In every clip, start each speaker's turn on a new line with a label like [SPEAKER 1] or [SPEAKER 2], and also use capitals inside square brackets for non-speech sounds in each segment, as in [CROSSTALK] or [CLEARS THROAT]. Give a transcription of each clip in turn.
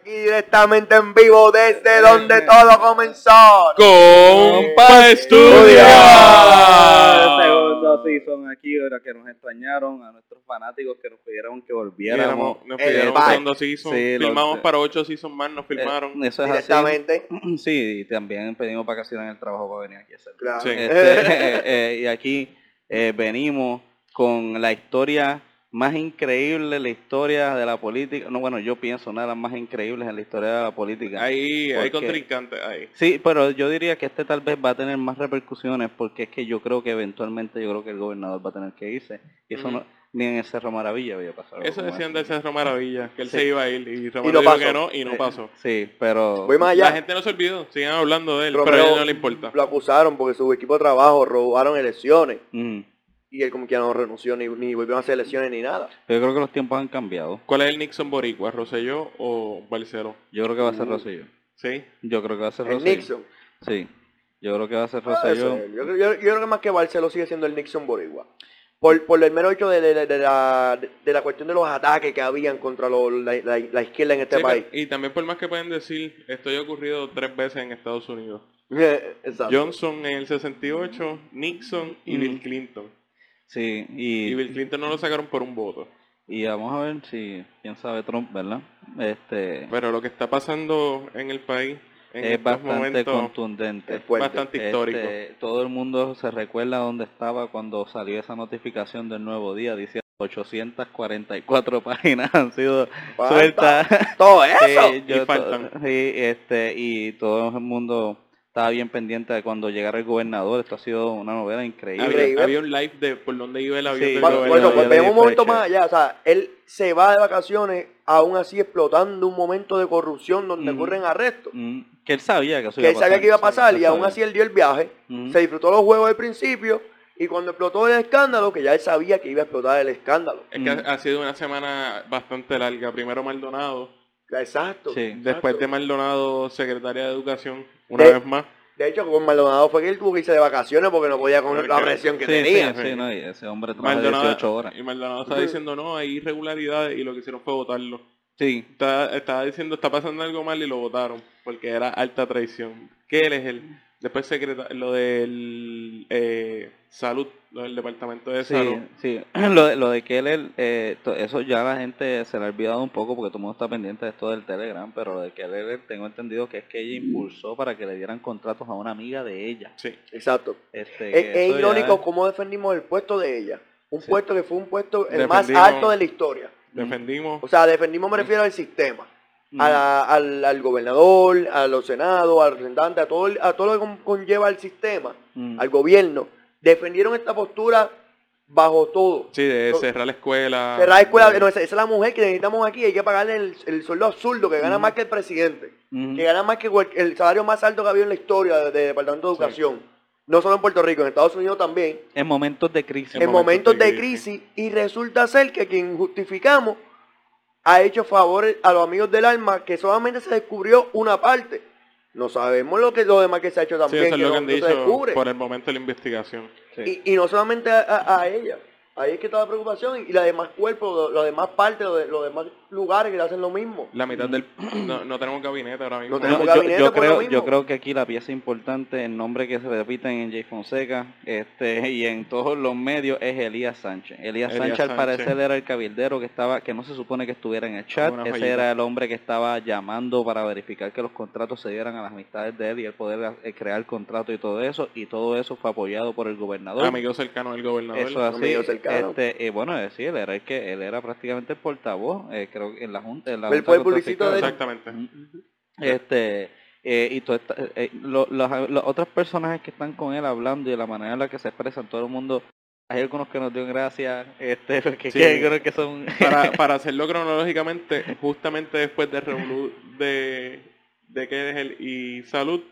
[SPEAKER 1] aquí directamente en vivo desde donde todo comenzó.
[SPEAKER 2] Compa
[SPEAKER 3] Estudio.
[SPEAKER 2] Estudio.
[SPEAKER 3] Segundo season aquí, ahora que nos extrañaron, a nuestros fanáticos que nos pidieron que volviéramos.
[SPEAKER 2] Nos
[SPEAKER 1] El
[SPEAKER 2] pidieron
[SPEAKER 1] vibe.
[SPEAKER 2] segundo season.
[SPEAKER 3] Sí, lo-
[SPEAKER 2] Filmamos para ocho seasons más, nos filmaron.
[SPEAKER 3] Eh, Eso es así.
[SPEAKER 1] Directamente.
[SPEAKER 3] [CLEARS THROAT] Sí, y también pedimos vacaciones en el trabajo para venir aquí a hacerlo.
[SPEAKER 1] Claro.
[SPEAKER 2] Sí.
[SPEAKER 1] [LAUGHS]
[SPEAKER 3] Este, eh, eh, y aquí eh, venimos con la historia más increíble, la historia de la política. No, bueno, yo pienso una de las más increíbles en la historia de la política.
[SPEAKER 2] Ahí
[SPEAKER 3] Porque-
[SPEAKER 2] hay contrincantes ahí.
[SPEAKER 3] Sí, pero yo diría que este tal vez va a tener más repercusiones porque es que yo creo que eventualmente yo creo que el gobernador va a tener que irse. Y eso
[SPEAKER 2] Ujú.
[SPEAKER 3] no, ni en el Cerro Maravilla había pasado. algo
[SPEAKER 2] Eso
[SPEAKER 3] como Eh,
[SPEAKER 2] decían
[SPEAKER 3] eso.
[SPEAKER 2] del Cerro Maravilla, que él
[SPEAKER 3] Sí.
[SPEAKER 2] se iba a ir y Romero
[SPEAKER 1] no
[SPEAKER 2] dijo
[SPEAKER 1] pasó.
[SPEAKER 2] que no y no
[SPEAKER 3] Eh,
[SPEAKER 2] pasó.
[SPEAKER 3] Sí, pero...
[SPEAKER 1] Voy más allá.
[SPEAKER 2] La gente no se olvidó, sigan hablando de él,
[SPEAKER 1] Romero
[SPEAKER 2] pero a él no le importa.
[SPEAKER 1] Lo acusaron porque su equipo de trabajo robaron elecciones
[SPEAKER 3] Mm,
[SPEAKER 1] y él como que ya no renunció ni, ni volvieron a hacer elecciones ni nada.
[SPEAKER 3] yo creo que los tiempos han cambiado.
[SPEAKER 2] ¿Cuál es el Nixon Boricua, Rosselló o Barceló?
[SPEAKER 3] Yo creo que va a ser
[SPEAKER 1] Mm.
[SPEAKER 3] Rosselló.
[SPEAKER 2] ¿Sí?
[SPEAKER 3] Yo creo que va a ser
[SPEAKER 1] El
[SPEAKER 3] Rosselló.
[SPEAKER 1] Nixon. Ah,
[SPEAKER 3] Sí. Yo creo que va a ser
[SPEAKER 1] Puede
[SPEAKER 3] Rosselló.
[SPEAKER 1] ser. Yo, yo- yo creo que más que Barceló sigue siendo el Nixon Boricua. Por, por el mero hecho de, de- de- de la, de la cuestión de los ataques que habían contra lo- la, la- la izquierda en este
[SPEAKER 2] Sí,
[SPEAKER 1] país.
[SPEAKER 2] pero- y también por más que pueden decir, esto ya ha ocurrido tres veces en Estados Unidos.
[SPEAKER 1] [LAUGHS] Exacto.
[SPEAKER 2] Johnson en el 68, Nixon y
[SPEAKER 3] Mm.
[SPEAKER 2] Bill Clinton.
[SPEAKER 3] Sí,
[SPEAKER 2] Y Bill
[SPEAKER 3] y,
[SPEAKER 2] Clinton no lo sacaron por un voto.
[SPEAKER 3] y vamos a ver si, quién sabe Trump, ¿verdad? Este
[SPEAKER 2] Pero lo que está pasando en el país en
[SPEAKER 3] es
[SPEAKER 2] estos
[SPEAKER 3] bastante
[SPEAKER 2] momentos
[SPEAKER 3] contundente.
[SPEAKER 1] Es fuerte.
[SPEAKER 2] bastante
[SPEAKER 3] Este,
[SPEAKER 2] histórico.
[SPEAKER 3] todo el mundo se recuerda dónde estaba cuando salió esa notificación del nuevo día diciendo 844 [LAUGHS] páginas han sido
[SPEAKER 1] Falta
[SPEAKER 3] sueltas.
[SPEAKER 1] Pues, Todo [LAUGHS] eso.
[SPEAKER 3] Sí,
[SPEAKER 2] Y
[SPEAKER 3] yo to-
[SPEAKER 2] faltan.
[SPEAKER 3] sí, este, y todo el mundo estaba bien pendiente de cuando llegara el gobernador. Esto ha sido una novela increíble.
[SPEAKER 1] Increíble.
[SPEAKER 2] había, había un live de por dónde iba el avión
[SPEAKER 3] Sí, pues
[SPEAKER 1] Bueno,
[SPEAKER 3] yo-
[SPEAKER 2] del
[SPEAKER 1] por eso,
[SPEAKER 3] yo- yo
[SPEAKER 2] gobernador.
[SPEAKER 3] le
[SPEAKER 1] vemos
[SPEAKER 3] di
[SPEAKER 1] un momento
[SPEAKER 3] preche.
[SPEAKER 1] más allá. O sea, él se va de vacaciones, aún así explotando un momento de corrupción donde
[SPEAKER 3] Ujú.
[SPEAKER 1] ocurren arrestos.
[SPEAKER 3] Mm, que él sabía que eso
[SPEAKER 1] Que él
[SPEAKER 3] iba a pasar. Mm.
[SPEAKER 1] sabía que iba a pasar
[SPEAKER 3] Sí,
[SPEAKER 1] y
[SPEAKER 3] él
[SPEAKER 1] aún
[SPEAKER 3] sabía.
[SPEAKER 1] así él dio el viaje.
[SPEAKER 3] Ujú.
[SPEAKER 1] Se disfrutó los juegos al principio y cuando explotó el escándalo, que ya él sabía que iba a explotar el escándalo.
[SPEAKER 2] Es que ha,
[SPEAKER 3] Mm.
[SPEAKER 2] ha sido una semana bastante larga. Primero Maldonado,
[SPEAKER 1] Exacto.
[SPEAKER 3] Sí.
[SPEAKER 1] exacto.
[SPEAKER 2] después de Maldonado, secretaria de Educación, una
[SPEAKER 1] De-
[SPEAKER 2] vez más.
[SPEAKER 1] De hecho, con Maldonado fue que él tuvo que irse de vacaciones porque no podía con
[SPEAKER 2] Porque-
[SPEAKER 1] la presión que
[SPEAKER 3] Sí,
[SPEAKER 1] tenía.
[SPEAKER 3] sí, sí, no, y ese hombre trabaja
[SPEAKER 2] Maldonado,
[SPEAKER 3] 18 horas.
[SPEAKER 2] Y Maldonado está
[SPEAKER 1] Ujú.
[SPEAKER 2] diciendo, no, hay irregularidades y lo que hicieron fue votarlo.
[SPEAKER 3] Sí,
[SPEAKER 2] Está- estaba diciendo, está pasando algo mal y lo votaron, porque era alta traición. Que él es el... Después secreta- lo del eh, salud, lo del departamento de
[SPEAKER 3] sí,
[SPEAKER 2] salud.
[SPEAKER 3] sí. [CLEARS THROAT] Lo, de- lo de que él, él, eh, to- eso ya la gente se le ha olvidado un poco porque todo el mundo está pendiente de esto del Telegram, pero lo de que él, él, tengo entendido que es que
[SPEAKER 1] Mm.
[SPEAKER 3] ella impulsó para que le dieran contratos a una amiga de ella.
[SPEAKER 2] Sí.
[SPEAKER 1] Exacto.
[SPEAKER 3] Este,
[SPEAKER 1] Es,
[SPEAKER 3] que
[SPEAKER 1] es
[SPEAKER 3] eso ya-
[SPEAKER 1] irónico cómo defendimos el puesto de ella. Un
[SPEAKER 3] Sí.
[SPEAKER 1] puesto que fue un puesto el más
[SPEAKER 2] Defendimos-
[SPEAKER 1] alto de la historia.
[SPEAKER 2] Defendimos.
[SPEAKER 1] O sea, defendimos me refiero al sistema.
[SPEAKER 3] Mm,
[SPEAKER 1] a la- al, al gobernador, a los senados, al representante, a todo, el- a todo lo que con- conlleva el sistema,
[SPEAKER 3] mm,
[SPEAKER 1] al gobierno, defendieron esta postura bajo todo.
[SPEAKER 2] sí, de
[SPEAKER 1] lo-
[SPEAKER 2] cerrar la escuela.
[SPEAKER 1] Cerrar escuela,
[SPEAKER 2] de-
[SPEAKER 1] no, esa, esa es la mujer que necesitamos aquí, hay que pagarle el, el sueldo absurdo que gana
[SPEAKER 3] Ujú.
[SPEAKER 1] más que el presidente,
[SPEAKER 3] mm,
[SPEAKER 1] que gana más que cual- el salario más alto que ha habido en la historia del Departamento de
[SPEAKER 2] Sí.
[SPEAKER 1] Educación. No solo en Puerto Rico, en Estados Unidos también.
[SPEAKER 3] En momentos de crisis.
[SPEAKER 2] En
[SPEAKER 1] En
[SPEAKER 2] momentos
[SPEAKER 1] momentos de
[SPEAKER 2] de
[SPEAKER 1] crisis y resulta ser que quien justificamos ha hecho favores a los amigos del alma que solamente se descubrió una parte. No sabemos lo que lo demás que se ha hecho
[SPEAKER 2] Sí,
[SPEAKER 1] también,
[SPEAKER 2] eso es
[SPEAKER 1] que
[SPEAKER 2] lo
[SPEAKER 1] no-
[SPEAKER 2] que han
[SPEAKER 1] no se
[SPEAKER 2] dicho
[SPEAKER 1] descubre.
[SPEAKER 2] por el momento de la investigación.
[SPEAKER 3] Sí.
[SPEAKER 1] Y, y no solamente a, a- a ella. Ahí es que está la preocupación y los demás cuerpos, lo- los demás partes, lo de- los demás lugares que le hacen lo mismo.
[SPEAKER 2] La mitad del... [CLEARS THROAT] No, no tenemos gabinete ahora mismo.
[SPEAKER 1] Mm. No tenemos
[SPEAKER 3] No, yo-
[SPEAKER 1] gabinete
[SPEAKER 3] yo,
[SPEAKER 1] por lo
[SPEAKER 3] creo,
[SPEAKER 1] mismo.
[SPEAKER 3] yo creo que aquí la pieza importante, el nombre que se repiten en Jay Fonseca este, [LAUGHS] y en todos los medios es Elías Sánchez. Elías,
[SPEAKER 2] Elías
[SPEAKER 3] Sánchez al
[SPEAKER 2] Sánchez.
[SPEAKER 3] parecer era el cabildero que estaba que no se supone que estuviera en el chat,
[SPEAKER 2] Una
[SPEAKER 3] ese
[SPEAKER 2] joyita.
[SPEAKER 3] era el hombre que estaba llamando para verificar que los contratos se dieran a las amistades de él y el poder eh, crear contrato y todo eso y todo eso fue apoyado por el gobernador.
[SPEAKER 2] Amigos cercanos del gobernador.
[SPEAKER 3] Eso así,
[SPEAKER 1] amigo cercano.
[SPEAKER 3] este, eh, bueno, es decir, él era el que él era prácticamente el portavoz, eh, creo que en la junta, en la
[SPEAKER 1] Él
[SPEAKER 3] Junta
[SPEAKER 1] fue el
[SPEAKER 3] de Control
[SPEAKER 1] publicito
[SPEAKER 3] Fiscal.
[SPEAKER 1] de él.
[SPEAKER 2] Exactamente.
[SPEAKER 3] Ujú. Este, eh, y todas estas- eh, eh, lo- las, las otras personas que están con él hablando y la manera en la que se expresan, todo el mundo, hay algunos que nos dieron gracias, [LAUGHS] este, que,
[SPEAKER 2] Sí.
[SPEAKER 3] que creo que son... [LAUGHS]
[SPEAKER 2] Para, para hacerlo cronológicamente, justamente después de Revolu- de, de que es el y salud,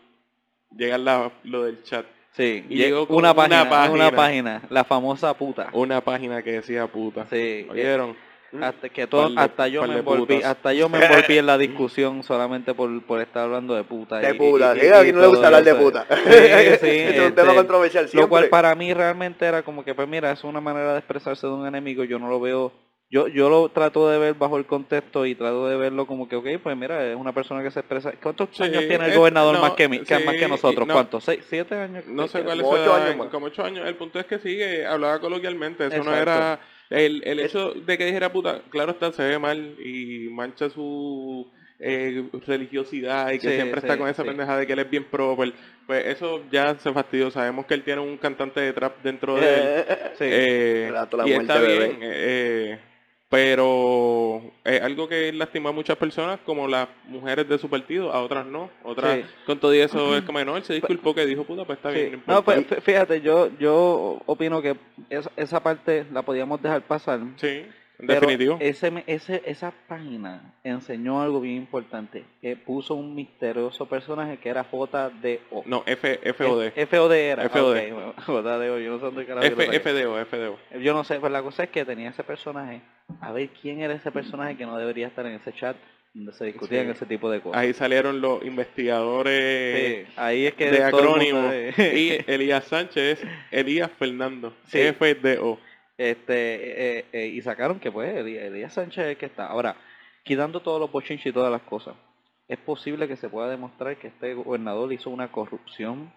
[SPEAKER 2] llega la- lo del chat.
[SPEAKER 3] sí,
[SPEAKER 2] Y
[SPEAKER 3] lleg-
[SPEAKER 2] llegó con
[SPEAKER 3] una
[SPEAKER 2] una
[SPEAKER 3] página, una página,
[SPEAKER 2] página.
[SPEAKER 3] la famosa puta.
[SPEAKER 2] Una página que decía puta.
[SPEAKER 3] Sí, eh,
[SPEAKER 2] ¿Oyeron?
[SPEAKER 3] hasta que todo,
[SPEAKER 2] Par de-
[SPEAKER 3] hasta yo
[SPEAKER 2] par
[SPEAKER 3] me
[SPEAKER 2] de
[SPEAKER 3] envolví,
[SPEAKER 2] putas.
[SPEAKER 3] hasta yo me envolví en la discusión solamente por, por estar hablando de puta.
[SPEAKER 1] De
[SPEAKER 3] y- y-
[SPEAKER 1] puta.
[SPEAKER 3] y-
[SPEAKER 1] sí,
[SPEAKER 3] y-
[SPEAKER 1] a
[SPEAKER 3] y
[SPEAKER 1] mí no le gusta
[SPEAKER 3] todo
[SPEAKER 1] hablar de
[SPEAKER 3] eso.
[SPEAKER 1] puta.
[SPEAKER 3] Sí,
[SPEAKER 1] [LAUGHS]
[SPEAKER 3] sí,
[SPEAKER 1] Este es un tema
[SPEAKER 3] este,
[SPEAKER 1] controversial siempre.
[SPEAKER 3] Lo cual para mí realmente era como que, pues mira, es una manera de expresarse de un enemigo, yo no lo veo, yo, yo lo trato de ver bajo el contexto y trato de verlo como que, ok, pues mira, es una persona que se expresa. ¿Cuántos
[SPEAKER 2] Sí,
[SPEAKER 3] años tiene el
[SPEAKER 2] es-
[SPEAKER 3] gobernador
[SPEAKER 2] no,
[SPEAKER 3] más, que, mi- que
[SPEAKER 2] sí,
[SPEAKER 3] más que nosotros?
[SPEAKER 2] no.
[SPEAKER 3] ¿Cuántos? ¿Seis, ¿Siete años?
[SPEAKER 2] No sé
[SPEAKER 3] Eh,
[SPEAKER 2] cuál es
[SPEAKER 1] Como
[SPEAKER 2] su
[SPEAKER 1] ocho
[SPEAKER 2] edad,
[SPEAKER 1] años más.
[SPEAKER 2] como ocho años. El punto es que sí, que hablaba coloquialmente. Eso no
[SPEAKER 3] Exacto.
[SPEAKER 2] era... El, el hecho de que dijera puta, claro está, se ve mal y mancha su eh, religiosidad y que
[SPEAKER 3] Sí,
[SPEAKER 2] siempre
[SPEAKER 3] sí,
[SPEAKER 2] está con esa
[SPEAKER 3] sí.
[SPEAKER 2] pendeja de que él es bien proper. Pues eso ya se fastidió. Sabemos que él tiene un cantante de trap dentro de él.
[SPEAKER 3] Sí.
[SPEAKER 2] Eh,
[SPEAKER 1] Relato la
[SPEAKER 2] y
[SPEAKER 1] muerte,
[SPEAKER 2] está
[SPEAKER 1] bebé.
[SPEAKER 2] bien, eh, eh, pero es algo que lastima a muchas personas, como las mujeres de su partido, a otras no. Otras,
[SPEAKER 3] Sí.
[SPEAKER 2] con todo
[SPEAKER 3] [CLEARS THROAT]
[SPEAKER 2] y eso, es como, no, él se disculpó que dijo, puta, pues está
[SPEAKER 3] Sí.
[SPEAKER 2] bien. No,
[SPEAKER 3] No,
[SPEAKER 2] importa".
[SPEAKER 3] pues fí- fíjate, yo, yo opino que esa, esa parte la podíamos dejar pasar.
[SPEAKER 2] sí, en
[SPEAKER 3] Pero
[SPEAKER 2] definitivo.
[SPEAKER 3] Ese, me- ese, esa página enseñó algo bien importante, que puso un misterioso personaje que era JDO.
[SPEAKER 2] no, F, FOD.
[SPEAKER 3] F- FOD era.
[SPEAKER 2] FOD.
[SPEAKER 3] [LAUGHS] ah, ok, JDO, yo no sé dónde carajo yo lo
[SPEAKER 2] F,
[SPEAKER 3] saqué.
[SPEAKER 2] FDO, FDO.
[SPEAKER 3] Yo no sé, pues la cosa es que tenía ese personaje. A ver quién era ese personaje que no debería estar en ese chat donde se discutían
[SPEAKER 2] Sí.
[SPEAKER 3] ese tipo de cosas.
[SPEAKER 2] Ahí salieron los investigadores
[SPEAKER 3] Sí, ahí es que
[SPEAKER 2] de
[SPEAKER 3] todo el mundo
[SPEAKER 2] acrónimo.
[SPEAKER 3] sabe. [LAUGHS]
[SPEAKER 2] y Elías Sánchez, Elías Fernando,
[SPEAKER 3] Sí.
[SPEAKER 2] FDO.
[SPEAKER 3] este eh, eh, y sacaron que pues Eli- Elías Sánchez es el que está ahora quitando todos los bochinches y todas las cosas es posible que se pueda demostrar que este gobernador hizo una corrupción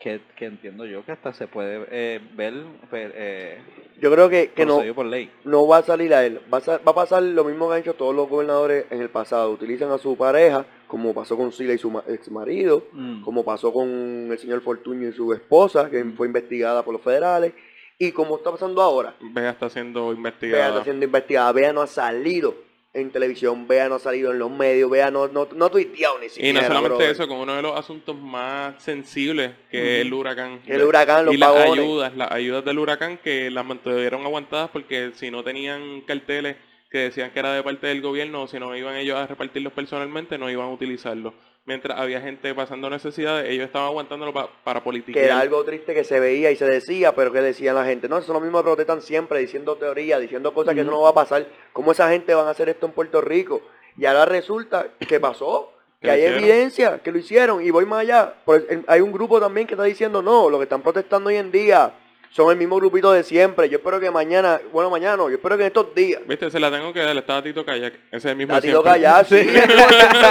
[SPEAKER 3] que, que entiendo yo que hasta se puede eh, ver pues, eh,
[SPEAKER 1] [LAUGHS] Yo creo que, que no,
[SPEAKER 3] procedido por ley
[SPEAKER 1] no va a salir a él. Va a, sa- va a pasar lo mismo que han hecho todos los gobernadores en el pasado. Utilizan a su pareja, como pasó con Sila y su ma- ex marido,
[SPEAKER 3] Mm.
[SPEAKER 1] como pasó con el señor Fortuño y su esposa, que
[SPEAKER 2] Mm.
[SPEAKER 1] fue investigada por los federales, y como está pasando ahora.
[SPEAKER 2] Vea, está siendo
[SPEAKER 1] Vea
[SPEAKER 2] investigada.
[SPEAKER 1] está siendo investigada, Vea no ha salido en televisión, Vea no ha salido en los medios, Vea no, no, no ha tuiteado ni
[SPEAKER 2] Y
[SPEAKER 1] siquiera.
[SPEAKER 2] no solamente
[SPEAKER 1] brother.
[SPEAKER 2] eso, con uno de los asuntos más sensibles que
[SPEAKER 3] Ujú.
[SPEAKER 2] el huracán.
[SPEAKER 1] El huracán, los
[SPEAKER 2] y las
[SPEAKER 1] pagones.
[SPEAKER 2] ayudas, las ayudas del huracán que las mantuvieron aguantadas porque si no tenían carteles que decían que era de parte del gobierno o si no iban ellos a repartirlos personalmente, no iban a utilizarlos. Mientras había gente pasando necesidades, ellos estaban aguantándolo pa- para politicar.
[SPEAKER 1] que era algo triste que se veía y se decía, pero que decían la gente, no, eso es lo mismo que protestan siempre, diciendo teorías, diciendo cosas que eso
[SPEAKER 3] Ujú.
[SPEAKER 1] no va a pasar, ¿cómo esa gente van a hacer esto en Puerto Rico? Y ahora resulta que pasó,
[SPEAKER 2] Que
[SPEAKER 1] que
[SPEAKER 2] lo
[SPEAKER 1] hay
[SPEAKER 2] hicieron.
[SPEAKER 1] evidencia, que lo hicieron, y voy más allá, Por- en- hay un grupo también que está diciendo, no, lo que están protestando hoy en día son el mismo grupito de siempre, yo espero que mañana, bueno, mañana, no, yo espero que en estos días,
[SPEAKER 2] Viste, se la tengo que dar, estaba Tito Kayak, ese es el mismo
[SPEAKER 1] la
[SPEAKER 2] de
[SPEAKER 1] tiro
[SPEAKER 2] siempre.
[SPEAKER 1] callar, sí, [LAUGHS] es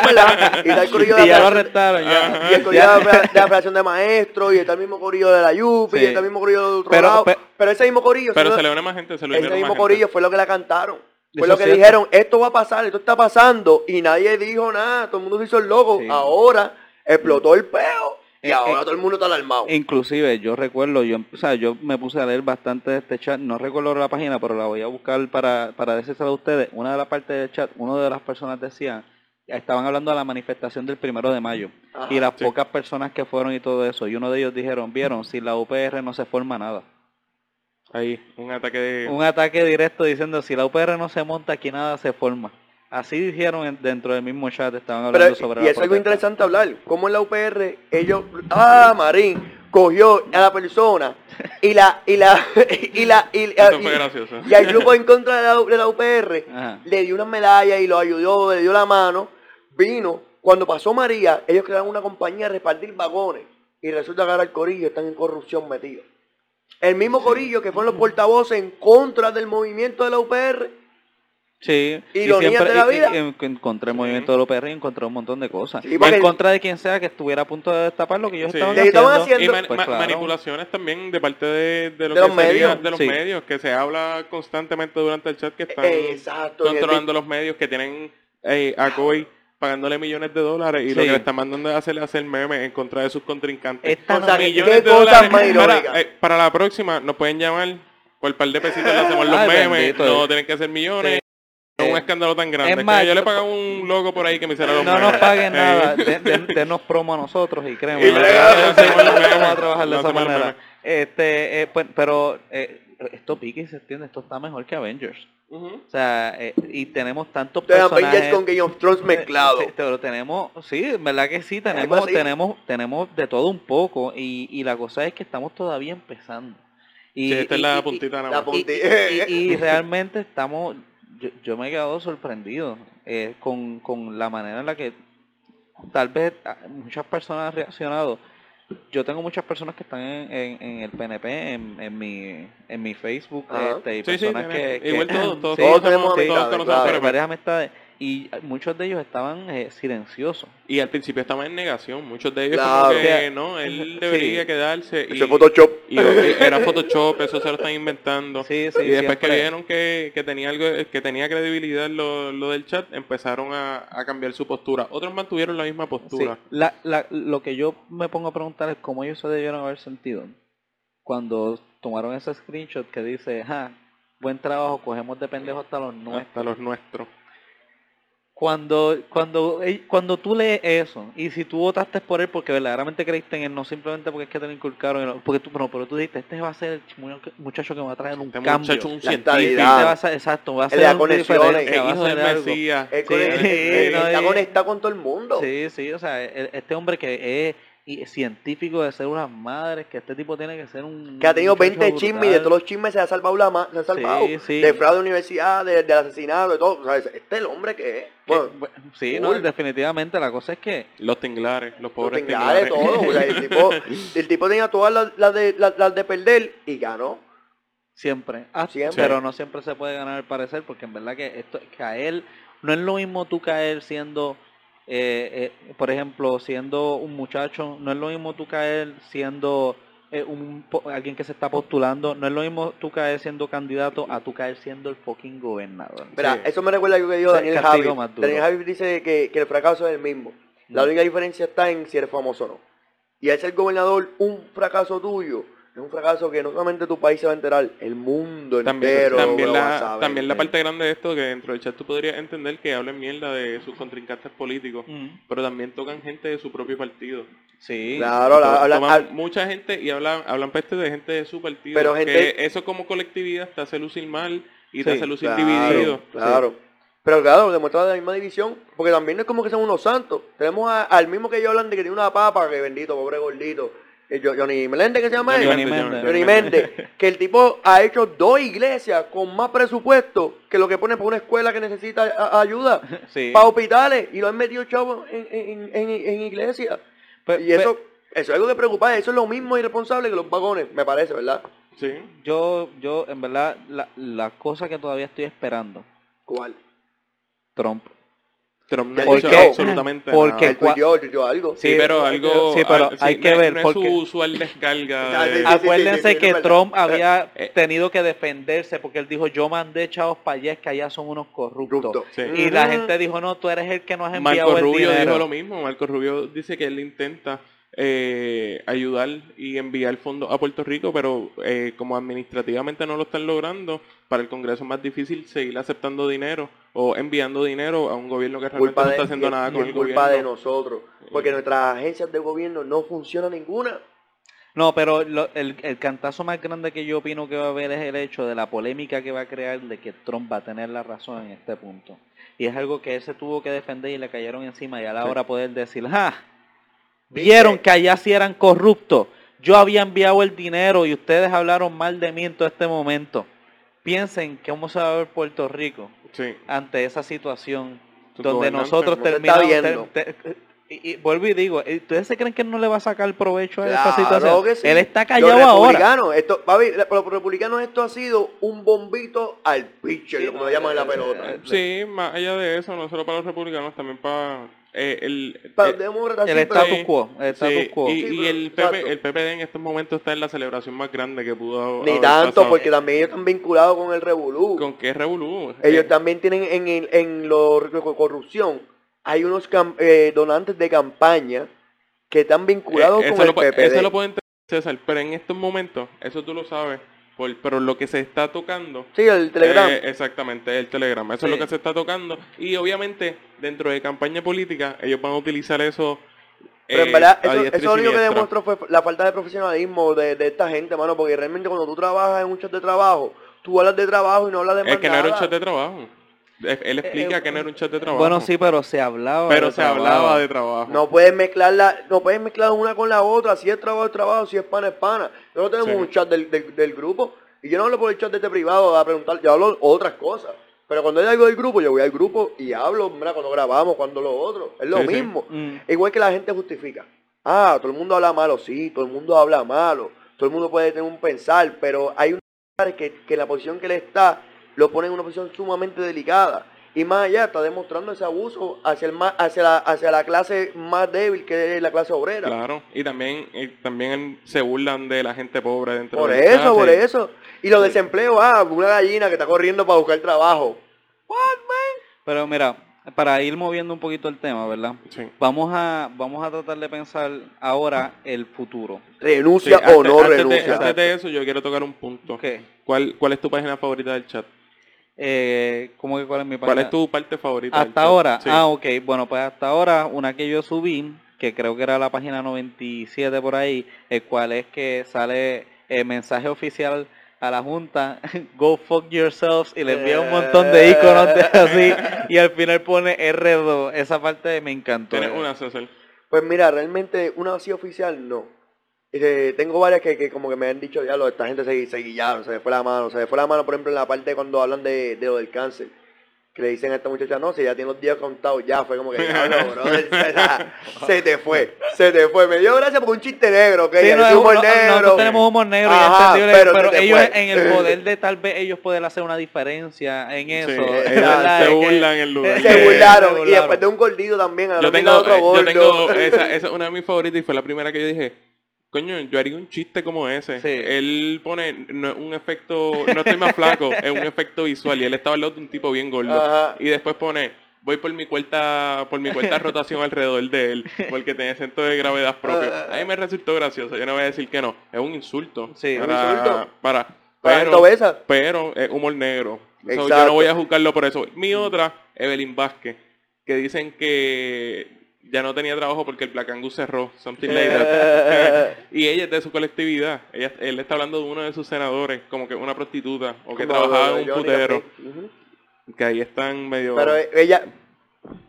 [SPEAKER 1] verdad, y está el corillo de
[SPEAKER 3] [LAUGHS] y ya lo
[SPEAKER 1] atrás-
[SPEAKER 3] arrestaron Ah, ya.
[SPEAKER 2] Ajá.
[SPEAKER 1] y el corillo de la de la Federación de Maestros, y está el mismo corillo de la Yupi,
[SPEAKER 3] Sí.
[SPEAKER 1] y está el mismo corillo de otro
[SPEAKER 3] Pero-
[SPEAKER 1] lado.
[SPEAKER 3] pe-
[SPEAKER 1] Pero, ese mismo corillo,
[SPEAKER 2] Pero
[SPEAKER 1] ese-
[SPEAKER 2] se le une más gente, se le
[SPEAKER 1] ese
[SPEAKER 2] unieron más
[SPEAKER 1] mismo
[SPEAKER 2] gente.
[SPEAKER 1] corillo fue lo que la cantaron.
[SPEAKER 3] Eso
[SPEAKER 1] Fue lo
[SPEAKER 3] es
[SPEAKER 1] que
[SPEAKER 3] cierto.
[SPEAKER 1] dijeron, esto va a pasar, esto está pasando, y nadie dijo nada, todo el mundo se hizo el loco.
[SPEAKER 3] Sí.
[SPEAKER 1] Ahora explotó el peo, y
[SPEAKER 3] Eh,
[SPEAKER 1] ahora
[SPEAKER 3] eh,
[SPEAKER 1] todo el mundo está alarmado.
[SPEAKER 3] Inclusive yo recuerdo, yo, o sea, yo me puse a leer bastante de este chat, no recuerdo la página, pero la voy a buscar para, para decírsela a ustedes. Una de las partes del chat, una de las personas decía, estaban hablando de la manifestación del primero de mayo
[SPEAKER 1] Ajá.
[SPEAKER 3] y las
[SPEAKER 2] sí.
[SPEAKER 3] pocas personas que fueron y todo eso. Y uno de ellos dijeron, vieron, si la UPR no se forma nada.
[SPEAKER 2] Ahí, un ataque de...
[SPEAKER 3] Un ataque directo diciendo, si la UPR no se monta, aquí nada se forma. Así dijeron en- dentro del mismo chat, estaban hablando
[SPEAKER 1] Pero-
[SPEAKER 3] sobre
[SPEAKER 1] y
[SPEAKER 3] la
[SPEAKER 1] es algo
[SPEAKER 3] protesta.
[SPEAKER 1] interesante hablar, cómo en la UPR ellos, ah, Marín, cogió a la persona y la, y la, [LAUGHS] y la, y, la-
[SPEAKER 2] Esto fue
[SPEAKER 1] y-
[SPEAKER 2] gracioso.
[SPEAKER 1] y al grupo en contra de la, de la UPR,
[SPEAKER 3] Ajá.
[SPEAKER 1] le dio unas medallas y lo ayudó, le dio la mano, vino. Cuando pasó María, ellos crearon una compañía de repartir vagones y resulta que ahora el corillo están en corrupción metidos. El mismo corillo que fueron los portavoces en contra del movimiento de la UPR,
[SPEAKER 3] Sí,
[SPEAKER 1] Y los niños de la
[SPEAKER 3] y- y-
[SPEAKER 1] vida.
[SPEAKER 3] y en- en contra del
[SPEAKER 2] Sí.
[SPEAKER 3] movimiento de los perros, encontré un montón de cosas.
[SPEAKER 1] Sí, porque-
[SPEAKER 3] en contra de quien sea que estuviera a punto de destapar lo que ellos
[SPEAKER 2] Sí.
[SPEAKER 3] estaban
[SPEAKER 2] Lo
[SPEAKER 1] que
[SPEAKER 3] haciendo.
[SPEAKER 1] estaban
[SPEAKER 2] Y
[SPEAKER 1] haciendo.
[SPEAKER 2] man-
[SPEAKER 3] Pues
[SPEAKER 2] ma-
[SPEAKER 3] claro.
[SPEAKER 2] manipulaciones también de parte de, de, lo
[SPEAKER 1] De
[SPEAKER 2] que
[SPEAKER 1] los
[SPEAKER 2] sería-
[SPEAKER 1] medios.
[SPEAKER 2] de los
[SPEAKER 3] Sí.
[SPEAKER 2] medios, que se habla constantemente durante el chat que están
[SPEAKER 3] Eh,
[SPEAKER 1] Exacto. en el-
[SPEAKER 2] controlando los medios, que tienen eh, a COI pagándole millones de dólares y lo
[SPEAKER 3] Sí.
[SPEAKER 2] que le están mandando es hacer, hacer memes en contra de sus contrincantes.
[SPEAKER 1] O
[SPEAKER 3] Esta
[SPEAKER 1] sea,
[SPEAKER 3] noche-
[SPEAKER 1] que-
[SPEAKER 2] millones
[SPEAKER 1] qué
[SPEAKER 2] de
[SPEAKER 1] cosa
[SPEAKER 2] dólares.
[SPEAKER 1] más
[SPEAKER 2] Mira,
[SPEAKER 1] irónica.
[SPEAKER 2] eh, para la próxima nos pueden llamar por un par de pesitos, le hacemos los
[SPEAKER 3] Ay,
[SPEAKER 2] memes,
[SPEAKER 3] bendito.
[SPEAKER 2] no tienen que ser millones.
[SPEAKER 3] Sí.
[SPEAKER 2] No es un
[SPEAKER 3] Eh,
[SPEAKER 2] escándalo tan grande.
[SPEAKER 3] es
[SPEAKER 2] Es
[SPEAKER 3] más,
[SPEAKER 2] que yo le
[SPEAKER 3] yo-
[SPEAKER 2] pagaba un loco por ahí que me hiciera los
[SPEAKER 3] no
[SPEAKER 2] memes.
[SPEAKER 3] nos paguen
[SPEAKER 2] Eh,
[SPEAKER 3] nada, den- den- dennos promo a nosotros y creemos.
[SPEAKER 2] Y
[SPEAKER 3] no,
[SPEAKER 2] regalo, hacemos los memes.
[SPEAKER 3] vamos a trabajar de
[SPEAKER 2] No
[SPEAKER 3] esa
[SPEAKER 2] hacemos los
[SPEAKER 3] manera.
[SPEAKER 2] memes.
[SPEAKER 3] Este, eh, pues, pero eh, esto pique y se entiende, esto está mejor que Avengers.
[SPEAKER 2] ujú.
[SPEAKER 3] O sea, eh, y tenemos tantos
[SPEAKER 1] Entonces,
[SPEAKER 3] personajes.
[SPEAKER 1] Avengers con Game of Thrones [LAUGHS] mezclado.
[SPEAKER 3] Sí, pero tenemos, sí, en verdad que sí,
[SPEAKER 1] Algo
[SPEAKER 3] tenemos,
[SPEAKER 1] así.
[SPEAKER 3] tenemos, tenemos de todo un poco y, y la cosa es que estamos todavía empezando. Y,
[SPEAKER 1] [LAUGHS]
[SPEAKER 2] Sí, esta es
[SPEAKER 3] y-
[SPEAKER 2] la
[SPEAKER 3] y-
[SPEAKER 2] puntita nada
[SPEAKER 1] la
[SPEAKER 2] más.
[SPEAKER 1] pu-
[SPEAKER 3] y- y- y-
[SPEAKER 1] [LAUGHS]
[SPEAKER 3] y- y realmente estamos, yo, yo me he quedado sorprendido eh, con, con la manera en la que tal vez ah, muchas personas han reaccionado yo tengo muchas personas que están en, en- en el PNP, en, en mi, en mi Facebook,
[SPEAKER 1] Ajá.
[SPEAKER 3] este, y
[SPEAKER 2] Sí, sí,
[SPEAKER 3] personas
[SPEAKER 2] tiene-
[SPEAKER 3] que, que- [CLEARS THROAT]
[SPEAKER 2] igual todos, todos,
[SPEAKER 3] Sí,
[SPEAKER 1] todos
[SPEAKER 2] conocemos-
[SPEAKER 1] tenemos amistades,
[SPEAKER 2] conocemos
[SPEAKER 1] claro.
[SPEAKER 2] a Pepe.
[SPEAKER 3] varias amistades, y muchos de ellos estaban eh, silenciosos.
[SPEAKER 2] Y al principio estaban en negación, muchos de ellos
[SPEAKER 1] Claro.
[SPEAKER 2] como que
[SPEAKER 3] O sea,
[SPEAKER 2] no, él
[SPEAKER 3] sí.
[SPEAKER 2] debería quedarse. Y,
[SPEAKER 1] Ese Photoshop.
[SPEAKER 2] y- y era Photoshop, eso se lo están inventando.
[SPEAKER 3] Sí, sí,
[SPEAKER 2] y después que
[SPEAKER 3] siempre.
[SPEAKER 2] vieron que, que tenía algo que tenía credibilidad lo, lo del chat, empezaron a, a cambiar su postura. Otros mantuvieron la misma
[SPEAKER 3] Sí,
[SPEAKER 2] postura.
[SPEAKER 3] la- la- lo que yo me pongo a preguntar es cómo ellos se debieron haber sentido cuando tomaron ese screenshot que dice, ja, buen trabajo, cogemos de pendejo hasta los nueve.
[SPEAKER 2] Hasta los nuestros.
[SPEAKER 3] Cuando, cuando, eh, cuando tú lees eso, y si tú votaste por él porque verdaderamente creíste en él, no simplemente porque es que te lo inculcaron, y no- porque tú, no, pero tú dijiste, este va a ser el mu- muchacho que va a traer un
[SPEAKER 2] Este
[SPEAKER 3] cambio.
[SPEAKER 2] muchacho es un
[SPEAKER 1] la
[SPEAKER 3] Este
[SPEAKER 2] científico.
[SPEAKER 1] estabilidad.
[SPEAKER 3] va a ser- exacto, va a
[SPEAKER 1] El
[SPEAKER 3] ser
[SPEAKER 1] de las
[SPEAKER 3] algo
[SPEAKER 1] conexiones,
[SPEAKER 2] El
[SPEAKER 3] diferente, va a
[SPEAKER 2] hijo del
[SPEAKER 3] ser algo.
[SPEAKER 2] Mesías.
[SPEAKER 1] Él
[SPEAKER 3] Sí,
[SPEAKER 1] con- él- él
[SPEAKER 3] no,
[SPEAKER 1] [LAUGHS] está
[SPEAKER 3] y-
[SPEAKER 1] conectado con todo el mundo.
[SPEAKER 3] Sí, sí, o sea, el- este hombre que es i- científico de células madres, que este tipo tiene que ser un...
[SPEAKER 1] Que ha tenido
[SPEAKER 3] un muchacho
[SPEAKER 1] 20 chismes y de
[SPEAKER 3] brutal.
[SPEAKER 1] todos los chismes se ha salvado la ma- se ha salvado.
[SPEAKER 3] sí.
[SPEAKER 1] De fraude de universidad, de- del asesinato, de todo. O sea, este es el hombre que es.
[SPEAKER 3] Que-
[SPEAKER 1] Bueno,
[SPEAKER 3] bueno, sí, no,
[SPEAKER 1] cool.
[SPEAKER 3] definitivamente, la cosa es que...
[SPEAKER 2] Los tinglares, los
[SPEAKER 1] los
[SPEAKER 2] pobres
[SPEAKER 1] tinglares,
[SPEAKER 2] tinglares.
[SPEAKER 1] Pues todo. O sea, el
[SPEAKER 2] [LAUGHS]
[SPEAKER 1] tipo, el tipo tenía todas las, las de, las, las de perder y ganó.
[SPEAKER 3] Siempre. Ah,
[SPEAKER 1] Siempre.
[SPEAKER 3] Pero no siempre se puede ganar al parecer, porque en verdad que esto que a él no es lo mismo tú caer siendo, eh, eh, por ejemplo, siendo un muchacho, no es lo mismo tú caer siendo eh, un, po- alguien que se está postulando, no es lo mismo tú caer siendo candidato a tú caer siendo el fucking gobernador.
[SPEAKER 1] Mira,
[SPEAKER 2] Sí.
[SPEAKER 1] eso me recuerda algo que dijo
[SPEAKER 3] Sí,
[SPEAKER 1] Daniel
[SPEAKER 3] castigo
[SPEAKER 1] Javi.
[SPEAKER 3] más duro.
[SPEAKER 1] Daniel Javi dice que, que el fracaso es el mismo.
[SPEAKER 2] Mm.
[SPEAKER 1] La única diferencia está en si eres famoso o no. Y al ser gobernador, un fracaso tuyo es un fracaso que no solamente tu país se va a enterar, el mundo
[SPEAKER 2] También,
[SPEAKER 1] entero
[SPEAKER 2] también,
[SPEAKER 1] lo va a
[SPEAKER 2] la,
[SPEAKER 1] saber.
[SPEAKER 2] también la parte grande de esto, que dentro del chat tú podrías entender que hablen mierda de sus contrincantes políticos,
[SPEAKER 3] Mm,
[SPEAKER 2] pero también tocan gente de su propio partido.
[SPEAKER 3] Sí.
[SPEAKER 1] Claro, la-
[SPEAKER 2] To-
[SPEAKER 1] habla-
[SPEAKER 2] toman
[SPEAKER 1] hab-
[SPEAKER 2] mucha gente y hablan, hablan peste de gente de su partido.
[SPEAKER 1] Pero
[SPEAKER 2] que
[SPEAKER 1] gente-
[SPEAKER 2] eso como colectividad te hace lucir mal y te
[SPEAKER 3] Sí,
[SPEAKER 2] hace lucir
[SPEAKER 1] claro,
[SPEAKER 2] dividido.
[SPEAKER 1] Claro. Pero claro, demuestra la misma división, porque también no es como que sean unos santos. Tenemos a- al mismo que ellos hablan de que tiene una papa, que bendito, pobre gordito. el Jo- Johnny Meléndez, que se llama él.
[SPEAKER 3] Johnny
[SPEAKER 2] Méndez,
[SPEAKER 3] Méndez.
[SPEAKER 1] Johnny Méndez, que el tipo ha hecho dos iglesias con más presupuesto que lo que pone por una escuela que necesita a- ayuda
[SPEAKER 3] Sí.
[SPEAKER 1] para hospitales y lo han metido chavos en, en, en, en iglesias.
[SPEAKER 3] Pe-
[SPEAKER 1] Y
[SPEAKER 3] pe-
[SPEAKER 1] eso, eso es algo que preocupa, eso es lo mismo irresponsable que los vagones, me parece, ¿verdad?
[SPEAKER 2] Sí.
[SPEAKER 3] yo, yo, en verdad, la, la cosa que todavía estoy esperando,
[SPEAKER 1] ¿Cuál?
[SPEAKER 3] Trump.
[SPEAKER 2] Trump no
[SPEAKER 1] Ya
[SPEAKER 2] ha
[SPEAKER 1] ¿Por
[SPEAKER 2] dicho
[SPEAKER 1] qué?
[SPEAKER 2] absolutamente
[SPEAKER 3] Porque-
[SPEAKER 2] nada.
[SPEAKER 1] Él tuiteó, él tuiteó algo.
[SPEAKER 2] Sí, pero algo...
[SPEAKER 3] Sí, pero
[SPEAKER 2] al- sí,
[SPEAKER 3] hay
[SPEAKER 2] no
[SPEAKER 3] que
[SPEAKER 2] es-
[SPEAKER 3] ver,
[SPEAKER 2] no
[SPEAKER 3] porque-
[SPEAKER 2] es su usual descarga.
[SPEAKER 1] Ah,
[SPEAKER 2] de-
[SPEAKER 1] sí, sí.
[SPEAKER 3] Acuérdense
[SPEAKER 1] sí, sí,
[SPEAKER 3] que
[SPEAKER 1] es verdad.
[SPEAKER 3] Trump había
[SPEAKER 2] Eh.
[SPEAKER 3] tenido que defenderse porque él dijo, yo mandé chavos para allá, es que allá son unos corruptos.
[SPEAKER 1] Corrupto.
[SPEAKER 2] Sí.
[SPEAKER 3] Y la
[SPEAKER 1] Ujú.
[SPEAKER 3] gente dijo, no, tú eres el que nos has enviado
[SPEAKER 2] Marco
[SPEAKER 3] el
[SPEAKER 2] Rubio
[SPEAKER 3] dinero".
[SPEAKER 2] dijo lo mismo. Marco Rubio dice que él intenta eh, ayudar y enviar fondos a Puerto Rico, pero eh, como administrativamente no lo están logrando, para el Congreso es más difícil seguir aceptando dinero o enviando dinero a un gobierno que realmente
[SPEAKER 1] culpa
[SPEAKER 2] no
[SPEAKER 1] de,
[SPEAKER 2] está haciendo
[SPEAKER 1] y-
[SPEAKER 2] nada
[SPEAKER 1] y
[SPEAKER 2] con
[SPEAKER 1] es
[SPEAKER 2] el
[SPEAKER 1] culpa
[SPEAKER 2] gobierno.
[SPEAKER 1] de nosotros, porque nuestras agencias de gobierno no funciona ninguna.
[SPEAKER 3] No, pero lo- el, el cantazo más grande que yo opino que va a haber es el hecho de la polémica que va a crear de que Trump va a tener la razón en este punto. Y es algo que él se tuvo que defender y le cayeron encima y a la
[SPEAKER 2] Sí.
[SPEAKER 3] hora poder decir, ¡ah! Vieron que allá sí eran corruptos. Yo había enviado el dinero y ustedes hablaron mal de mí en todo este momento. Piensen cómo se va a ver Puerto Rico
[SPEAKER 2] Sí.
[SPEAKER 3] ante esa situación
[SPEAKER 2] Tu
[SPEAKER 3] donde
[SPEAKER 2] gobernante
[SPEAKER 3] nosotros
[SPEAKER 1] no te está
[SPEAKER 3] terminamos
[SPEAKER 1] viendo.
[SPEAKER 3] te- te- y, y vuelvo y digo ¿eh, ustedes se creen que él no le va a sacar provecho
[SPEAKER 2] Pues
[SPEAKER 3] a esa
[SPEAKER 1] Claro
[SPEAKER 3] situación
[SPEAKER 1] que sí.
[SPEAKER 3] él está
[SPEAKER 1] los
[SPEAKER 3] callado ahora
[SPEAKER 1] republicanos, esto, papi, la- para los republicanos esto ha sido un bombito al pitcher,
[SPEAKER 3] Sí,
[SPEAKER 1] como lo llaman en la
[SPEAKER 3] eh,
[SPEAKER 1] pelota.
[SPEAKER 3] eh,
[SPEAKER 2] Sí, más allá de eso, no solo para los republicanos, también para eh, el...
[SPEAKER 1] Para
[SPEAKER 2] eh,
[SPEAKER 1] los demócratas
[SPEAKER 3] el
[SPEAKER 1] sí, pero-
[SPEAKER 3] status quo el status
[SPEAKER 2] sí,
[SPEAKER 3] quo
[SPEAKER 2] y,
[SPEAKER 1] Sí,
[SPEAKER 2] y
[SPEAKER 1] pero-
[SPEAKER 2] el,
[SPEAKER 1] exacto.
[SPEAKER 2] PP, el PPD en estos momentos está en la celebración más grande que pudo haber
[SPEAKER 1] ni tanto,
[SPEAKER 2] pasado.
[SPEAKER 1] porque también ellos están vinculados con el revolú.
[SPEAKER 2] ¿Con qué revolú?
[SPEAKER 1] Ellos
[SPEAKER 2] Eh,
[SPEAKER 1] también tienen en, el- en lo co- corrupción, hay unos cam- eh, donantes de campaña que están vinculados
[SPEAKER 2] Eh,
[SPEAKER 1] con
[SPEAKER 2] eso
[SPEAKER 1] el
[SPEAKER 2] lo, pu-
[SPEAKER 1] PPD.
[SPEAKER 2] Eso lo puede entender César, pero en estos momentos, eso tú lo sabes, por- pero lo que se está tocando...
[SPEAKER 1] sí, el Telegram.
[SPEAKER 2] eh, exactamente, el Telegram. Eso es
[SPEAKER 3] Sí.
[SPEAKER 2] lo que se está tocando. Y obviamente, dentro de campaña política, ellos van a utilizar eso...
[SPEAKER 1] Pero
[SPEAKER 2] eh,
[SPEAKER 1] en verdad,
[SPEAKER 2] a
[SPEAKER 1] eso,
[SPEAKER 2] diestra y
[SPEAKER 1] eso lo único que
[SPEAKER 2] siniestra.
[SPEAKER 1] demostró fue la falta de profesionalismo de, de esta gente, mano, porque realmente cuando tú trabajas en un chat de trabajo, tú hablas de trabajo y no hablas de más
[SPEAKER 2] Es que no era un
[SPEAKER 1] nada.
[SPEAKER 2] chat de trabajo. Eh, Él explica
[SPEAKER 3] Eh,
[SPEAKER 2] que no era un chat de trabajo.
[SPEAKER 3] bueno sí pero se hablaba
[SPEAKER 2] pero
[SPEAKER 3] de
[SPEAKER 2] se
[SPEAKER 3] trabajo.
[SPEAKER 2] hablaba de trabajo.
[SPEAKER 1] No puedes mezclarla, no puedes mezclar una con la otra, si es trabajo es trabajo, si es pana es pana. Nosotros tenemos
[SPEAKER 2] Sí.
[SPEAKER 1] un chat del, del- del grupo y yo no hablo por el chat de este privado a preguntar, yo hablo otras cosas. Pero cuando hay algo del grupo, yo voy al grupo y hablo, mira, cuando grabamos, cuando lo otro. Es lo
[SPEAKER 2] Sí, sí.
[SPEAKER 1] mismo.
[SPEAKER 3] Mm.
[SPEAKER 1] Igual que la gente justifica. Ah, todo el mundo habla malo, sí, todo el mundo habla malo, todo el mundo puede tener un pensar, pero hay un lugar que, que la posición que le está lo pone en una posición sumamente delicada. Y más allá, está demostrando ese abuso hacia, el más, hacia, la, hacia la clase más débil que es la clase obrera.
[SPEAKER 2] Claro, y también, y también se burlan de la gente pobre dentro
[SPEAKER 1] Por
[SPEAKER 2] de la
[SPEAKER 1] eso,
[SPEAKER 2] clase.
[SPEAKER 1] por eso. Y los
[SPEAKER 2] Ah, Sí.
[SPEAKER 1] desempleos, ah, una gallina que está corriendo para buscar trabajo.
[SPEAKER 3] Pero mira, para ir moviendo un poquito el tema, ¿verdad?
[SPEAKER 2] Sí.
[SPEAKER 3] Vamos a, vamos a tratar de pensar ahora el futuro.
[SPEAKER 2] Sí,
[SPEAKER 1] Renuncia
[SPEAKER 2] antes,
[SPEAKER 1] o no
[SPEAKER 2] antes de-
[SPEAKER 1] renuncia.
[SPEAKER 2] antes de eso, yo quiero tocar un punto.
[SPEAKER 3] ¿Qué?
[SPEAKER 2] ¿Cuál, ¿Cuál es tu página favorita del chat?
[SPEAKER 3] Eh, ¿Cómo que cuál es mi
[SPEAKER 2] ¿Cuál
[SPEAKER 3] página?
[SPEAKER 2] es tu parte favorita? del
[SPEAKER 3] Hasta
[SPEAKER 2] chat?
[SPEAKER 3] ahora.
[SPEAKER 2] Sí.
[SPEAKER 3] Ah, ok. Bueno, pues hasta ahora una que yo subí, que creo que era la página 97 por ahí, el cual es que sale el mensaje oficial a la junta, [LAUGHS] go fuck yourselves, y le envía un montón de iconos
[SPEAKER 2] [LAUGHS]
[SPEAKER 3] de así, y al final pone R2. Esa parte me encantó.
[SPEAKER 2] Tienes una, César.
[SPEAKER 1] Pues mira, realmente una así oficial no. Eh, tengo varias que, que como que me han dicho, ya lo, esta gente se, se guillaron, se le fue la mano, se le fue la mano, por ejemplo, en la parte cuando hablan de, de lo del cáncer. Que le dicen a esta muchacha, no, si ya tiene los días contados, ya fue como que, diablo,
[SPEAKER 2] [LAUGHS]
[SPEAKER 1] brother, se, la- se te fue, se te fue. Me dio gracias por un chiste negro, que
[SPEAKER 3] Sí, no, es
[SPEAKER 1] humor
[SPEAKER 3] uno- no,
[SPEAKER 1] negro.
[SPEAKER 3] nosotros tenemos humor negro, y es
[SPEAKER 1] Ajá,
[SPEAKER 3] entendible,
[SPEAKER 1] pero se
[SPEAKER 3] pero,
[SPEAKER 1] te
[SPEAKER 2] pues.
[SPEAKER 3] ellos
[SPEAKER 1] fue.
[SPEAKER 3] en el poder de tal vez ellos poder hacer una diferencia en eso.
[SPEAKER 2] Sí, eh,
[SPEAKER 3] es
[SPEAKER 2] ellos
[SPEAKER 3] verdad, es
[SPEAKER 2] se
[SPEAKER 3] que-
[SPEAKER 2] burlan en lugar.
[SPEAKER 3] Sí,
[SPEAKER 1] se
[SPEAKER 2] de-
[SPEAKER 1] burlaron,
[SPEAKER 3] se
[SPEAKER 1] y después
[SPEAKER 3] burlaron.
[SPEAKER 1] de un gordito también, a la
[SPEAKER 2] Yo
[SPEAKER 1] amiga de
[SPEAKER 2] tengo,
[SPEAKER 1] otro
[SPEAKER 2] eh, yo
[SPEAKER 1] gordo. [LAUGHS]
[SPEAKER 2] tengo esa, esa es una de mis favoritas y fue la primera que yo dije, coño, yo haría un chiste como ese.
[SPEAKER 3] Sí.
[SPEAKER 2] Él pone no, es un efecto, no estoy más flaco, es un efecto visual y él estaba al lado de un tipo bien gordo.
[SPEAKER 1] Ajá.
[SPEAKER 2] Y después pone, voy por mi cuarta, por mi cuarta rotación alrededor de él, porque tenía centro de gravedad propio.
[SPEAKER 1] Ah.
[SPEAKER 2] A mí me resultó gracioso, yo no voy a decir que no, es un insulto.
[SPEAKER 3] Sí, un
[SPEAKER 2] para,
[SPEAKER 1] insulto.
[SPEAKER 2] Para,
[SPEAKER 1] Para esto,
[SPEAKER 2] pero-
[SPEAKER 1] esa.
[SPEAKER 2] pero es humor negro. So, yo
[SPEAKER 1] Exacto. Mm.
[SPEAKER 2] no voy a juzgarlo por eso. Mi otra, Evelyn Vázquez, que dicen que ya no tenía trabajo porque el Placangu cerró, something
[SPEAKER 1] [LAUGHS]
[SPEAKER 2] like that. y ella es de su colectividad. Ella, él está hablando de uno de sus senadores, como que una prostituta o que
[SPEAKER 1] Como
[SPEAKER 2] trabajaba en un
[SPEAKER 1] Johnny
[SPEAKER 2] putero.
[SPEAKER 1] también. Ujú.
[SPEAKER 2] Que ahí están medio...
[SPEAKER 1] Pero eh, ella,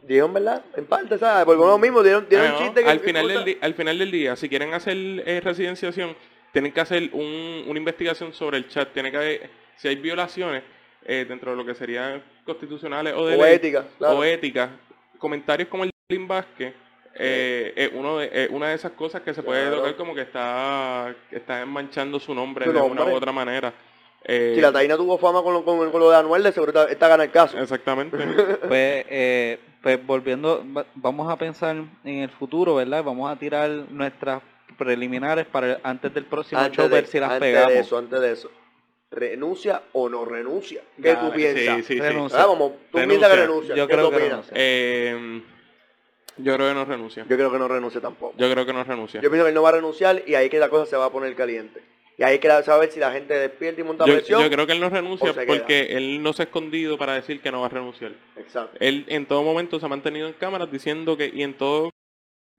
[SPEAKER 1] dijeron verdad, en parte, ¿sabes? Porque uno mismo dieron, dieron
[SPEAKER 2] Ah,
[SPEAKER 1] un
[SPEAKER 2] no.
[SPEAKER 1] chiste que
[SPEAKER 2] al, final del
[SPEAKER 1] puta,
[SPEAKER 2] di- al final del día, si quieren hacer eh, residenciación, tienen que hacer un- una investigación sobre el chat. Tiene que haber, si hay violaciones eh, dentro de lo que serían constitucionales o de
[SPEAKER 1] O
[SPEAKER 2] ley,
[SPEAKER 1] ética, claro.
[SPEAKER 2] o ética, comentarios como el de Lin Vázquez, eh, es uno de, es una de esas cosas que se puede
[SPEAKER 1] Claro.
[SPEAKER 2] tocar como que está, que está manchando su nombre
[SPEAKER 1] Su
[SPEAKER 2] de una
[SPEAKER 1] nombre.
[SPEAKER 2] u otra manera. Eh,
[SPEAKER 1] Si la Taina tuvo fama con lo, con, con lo de Anuel, de seguro está, está gana el caso. [LAUGHS]
[SPEAKER 2] Eh, exactamente.
[SPEAKER 3] Pues, eh, pues volviendo, va- vamos a pensar en el futuro, ¿verdad? Vamos a tirar nuestras preliminares para el- antes del próximo show,
[SPEAKER 1] de,
[SPEAKER 3] ver si las
[SPEAKER 1] antes
[SPEAKER 3] pegamos.
[SPEAKER 1] de eso, antes de eso. ¿Renuncia o no renuncia? ¿Qué
[SPEAKER 2] Dale,
[SPEAKER 1] tú piensas?
[SPEAKER 2] sí, sí, sí.
[SPEAKER 3] Renuncia.
[SPEAKER 1] Ah, como, ¿Tú
[SPEAKER 2] Renuncia.
[SPEAKER 1] piensas que renuncia?
[SPEAKER 3] Yo
[SPEAKER 1] ¿Qué
[SPEAKER 3] creo
[SPEAKER 1] tú
[SPEAKER 3] que
[SPEAKER 1] opinas?
[SPEAKER 3] renuncia.
[SPEAKER 2] Eh, yo creo que no renuncia.
[SPEAKER 1] Yo creo que no renuncia tampoco.
[SPEAKER 2] Yo creo que no renuncia.
[SPEAKER 1] Yo pienso que él no va a renunciar y ahí que la cosa se va a poner caliente. Y ahí que la- se va a ver si la gente despierta y monta
[SPEAKER 2] Yo,
[SPEAKER 1] presión.
[SPEAKER 2] yo creo que él no renuncia
[SPEAKER 1] o se queda.
[SPEAKER 2] porque él no se ha escondido para decir que no va a renunciar.
[SPEAKER 1] Exacto.
[SPEAKER 2] Él en todo momento se ha mantenido en cámaras diciendo que, y en todo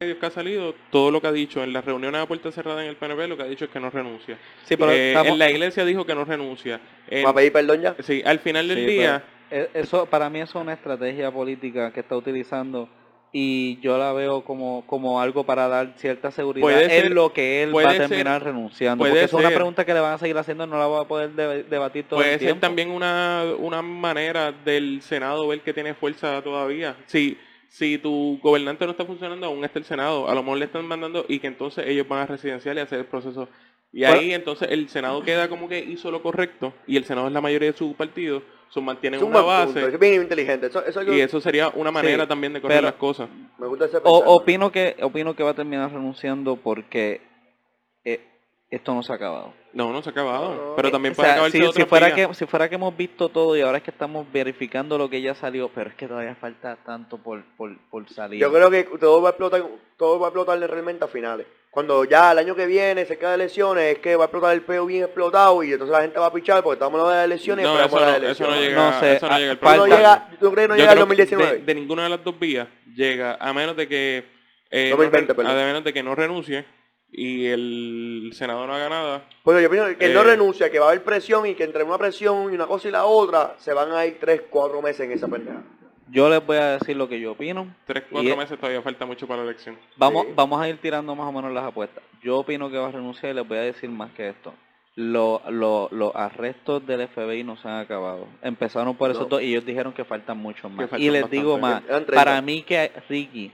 [SPEAKER 2] medios que ha salido, todo lo que ha dicho en las reuniones a puerta cerrada en el PNP, lo que ha dicho es que no renuncia.
[SPEAKER 3] Sí, pero
[SPEAKER 2] Eh,
[SPEAKER 3] estamos-
[SPEAKER 2] En la iglesia dijo que no renuncia. En-
[SPEAKER 1] ¿Va a pedir perdón ya?
[SPEAKER 2] sí, al final del
[SPEAKER 3] Sí,
[SPEAKER 2] día,
[SPEAKER 3] Eh, Eso para mí eso es una estrategia política que está utilizando y yo la veo como, como algo para dar cierta seguridad
[SPEAKER 2] Puede ser-
[SPEAKER 3] en lo que él va a
[SPEAKER 2] puede ser-
[SPEAKER 3] terminar renunciando.
[SPEAKER 2] puede
[SPEAKER 3] Porque eso es una
[SPEAKER 2] ser.
[SPEAKER 3] pregunta que le van a seguir haciendo, no la va a poder de- debatir todo
[SPEAKER 2] puede
[SPEAKER 3] el
[SPEAKER 2] ser
[SPEAKER 3] tiempo.
[SPEAKER 2] también una, una manera del Senado ver que tiene fuerza todavía. Si, si tu gobernante no está funcionando, aún está el Senado. A lo mejor le están mandando y que entonces ellos van a residencial y hacer el proceso. Y
[SPEAKER 3] Bueno.
[SPEAKER 2] ahí entonces el Senado queda como que hizo lo correcto y el Senado es la mayoría de su partido, so, mantienen
[SPEAKER 1] Es un
[SPEAKER 2] una
[SPEAKER 1] buen punto,
[SPEAKER 2] base
[SPEAKER 1] Es bien inteligente. Eso, eso yo-
[SPEAKER 2] y eso sería una manera
[SPEAKER 3] Sí,
[SPEAKER 2] también de correr
[SPEAKER 3] pero-
[SPEAKER 2] las cosas.
[SPEAKER 1] me gusta ese
[SPEAKER 3] O-
[SPEAKER 1] pensamiento.
[SPEAKER 3] opino que opino que va a terminar renunciando porque eh, esto no se ha acabado.
[SPEAKER 2] No, no se ha acabado,
[SPEAKER 1] No, no.
[SPEAKER 2] pero también
[SPEAKER 3] O
[SPEAKER 2] puede
[SPEAKER 3] sea,
[SPEAKER 2] acabarse
[SPEAKER 3] si,
[SPEAKER 2] de otra
[SPEAKER 3] si fuera
[SPEAKER 2] manera.
[SPEAKER 3] que si fuera que hemos visto todo y ahora es que estamos verificando lo que ya salió, pero es que todavía falta tanto por, por, por salir.
[SPEAKER 1] Yo creo que todo va a explotar, todo va a explotar realmente a finales. Cuando ya el año que viene, cerca de elecciones, es que va a explotar el peo bien explotado y entonces la gente va a pichar porque estamos hablando de las elecciones y
[SPEAKER 2] No,
[SPEAKER 1] esperamos
[SPEAKER 2] eso
[SPEAKER 1] las
[SPEAKER 2] no, eso no
[SPEAKER 1] elecciones.
[SPEAKER 2] llega,
[SPEAKER 3] No sé,
[SPEAKER 2] eso no llega el
[SPEAKER 3] ah, falta.
[SPEAKER 1] ¿Tú no llega, ¿Tú crees que no
[SPEAKER 2] Yo
[SPEAKER 1] llega el
[SPEAKER 2] creo que
[SPEAKER 1] 2019?
[SPEAKER 2] De, de ninguna de las dos vías llega, a menos de que eh,
[SPEAKER 1] 2020,
[SPEAKER 2] no, re-
[SPEAKER 1] perdón.
[SPEAKER 2] a menos de que no renuncie y el senador no haga nada.
[SPEAKER 1] Pues yo pienso que él no
[SPEAKER 2] Eh.
[SPEAKER 1] renuncia, que va a haber presión y que entre una presión y una cosa y la otra se van a ir 3, 4 meses en esa pendeja.
[SPEAKER 3] Yo les voy a decir lo que yo opino.
[SPEAKER 2] Tres,
[SPEAKER 3] Y e-
[SPEAKER 2] cuatro
[SPEAKER 3] es-
[SPEAKER 2] meses todavía falta mucho para la elección.
[SPEAKER 3] Vamos,
[SPEAKER 1] Sí.
[SPEAKER 3] vamos a ir tirando más o menos las apuestas. Yo opino que va a renunciar y les voy a decir más que esto. Lo- lo- los arrestos del FBI no se han acabado. Empezaron por esos
[SPEAKER 1] No.
[SPEAKER 3] dos y ellos dijeron que faltan muchos más.
[SPEAKER 2] faltan
[SPEAKER 3] y les
[SPEAKER 2] bastante.
[SPEAKER 3] digo más,
[SPEAKER 1] Eran 30.
[SPEAKER 3] para mí que Ricky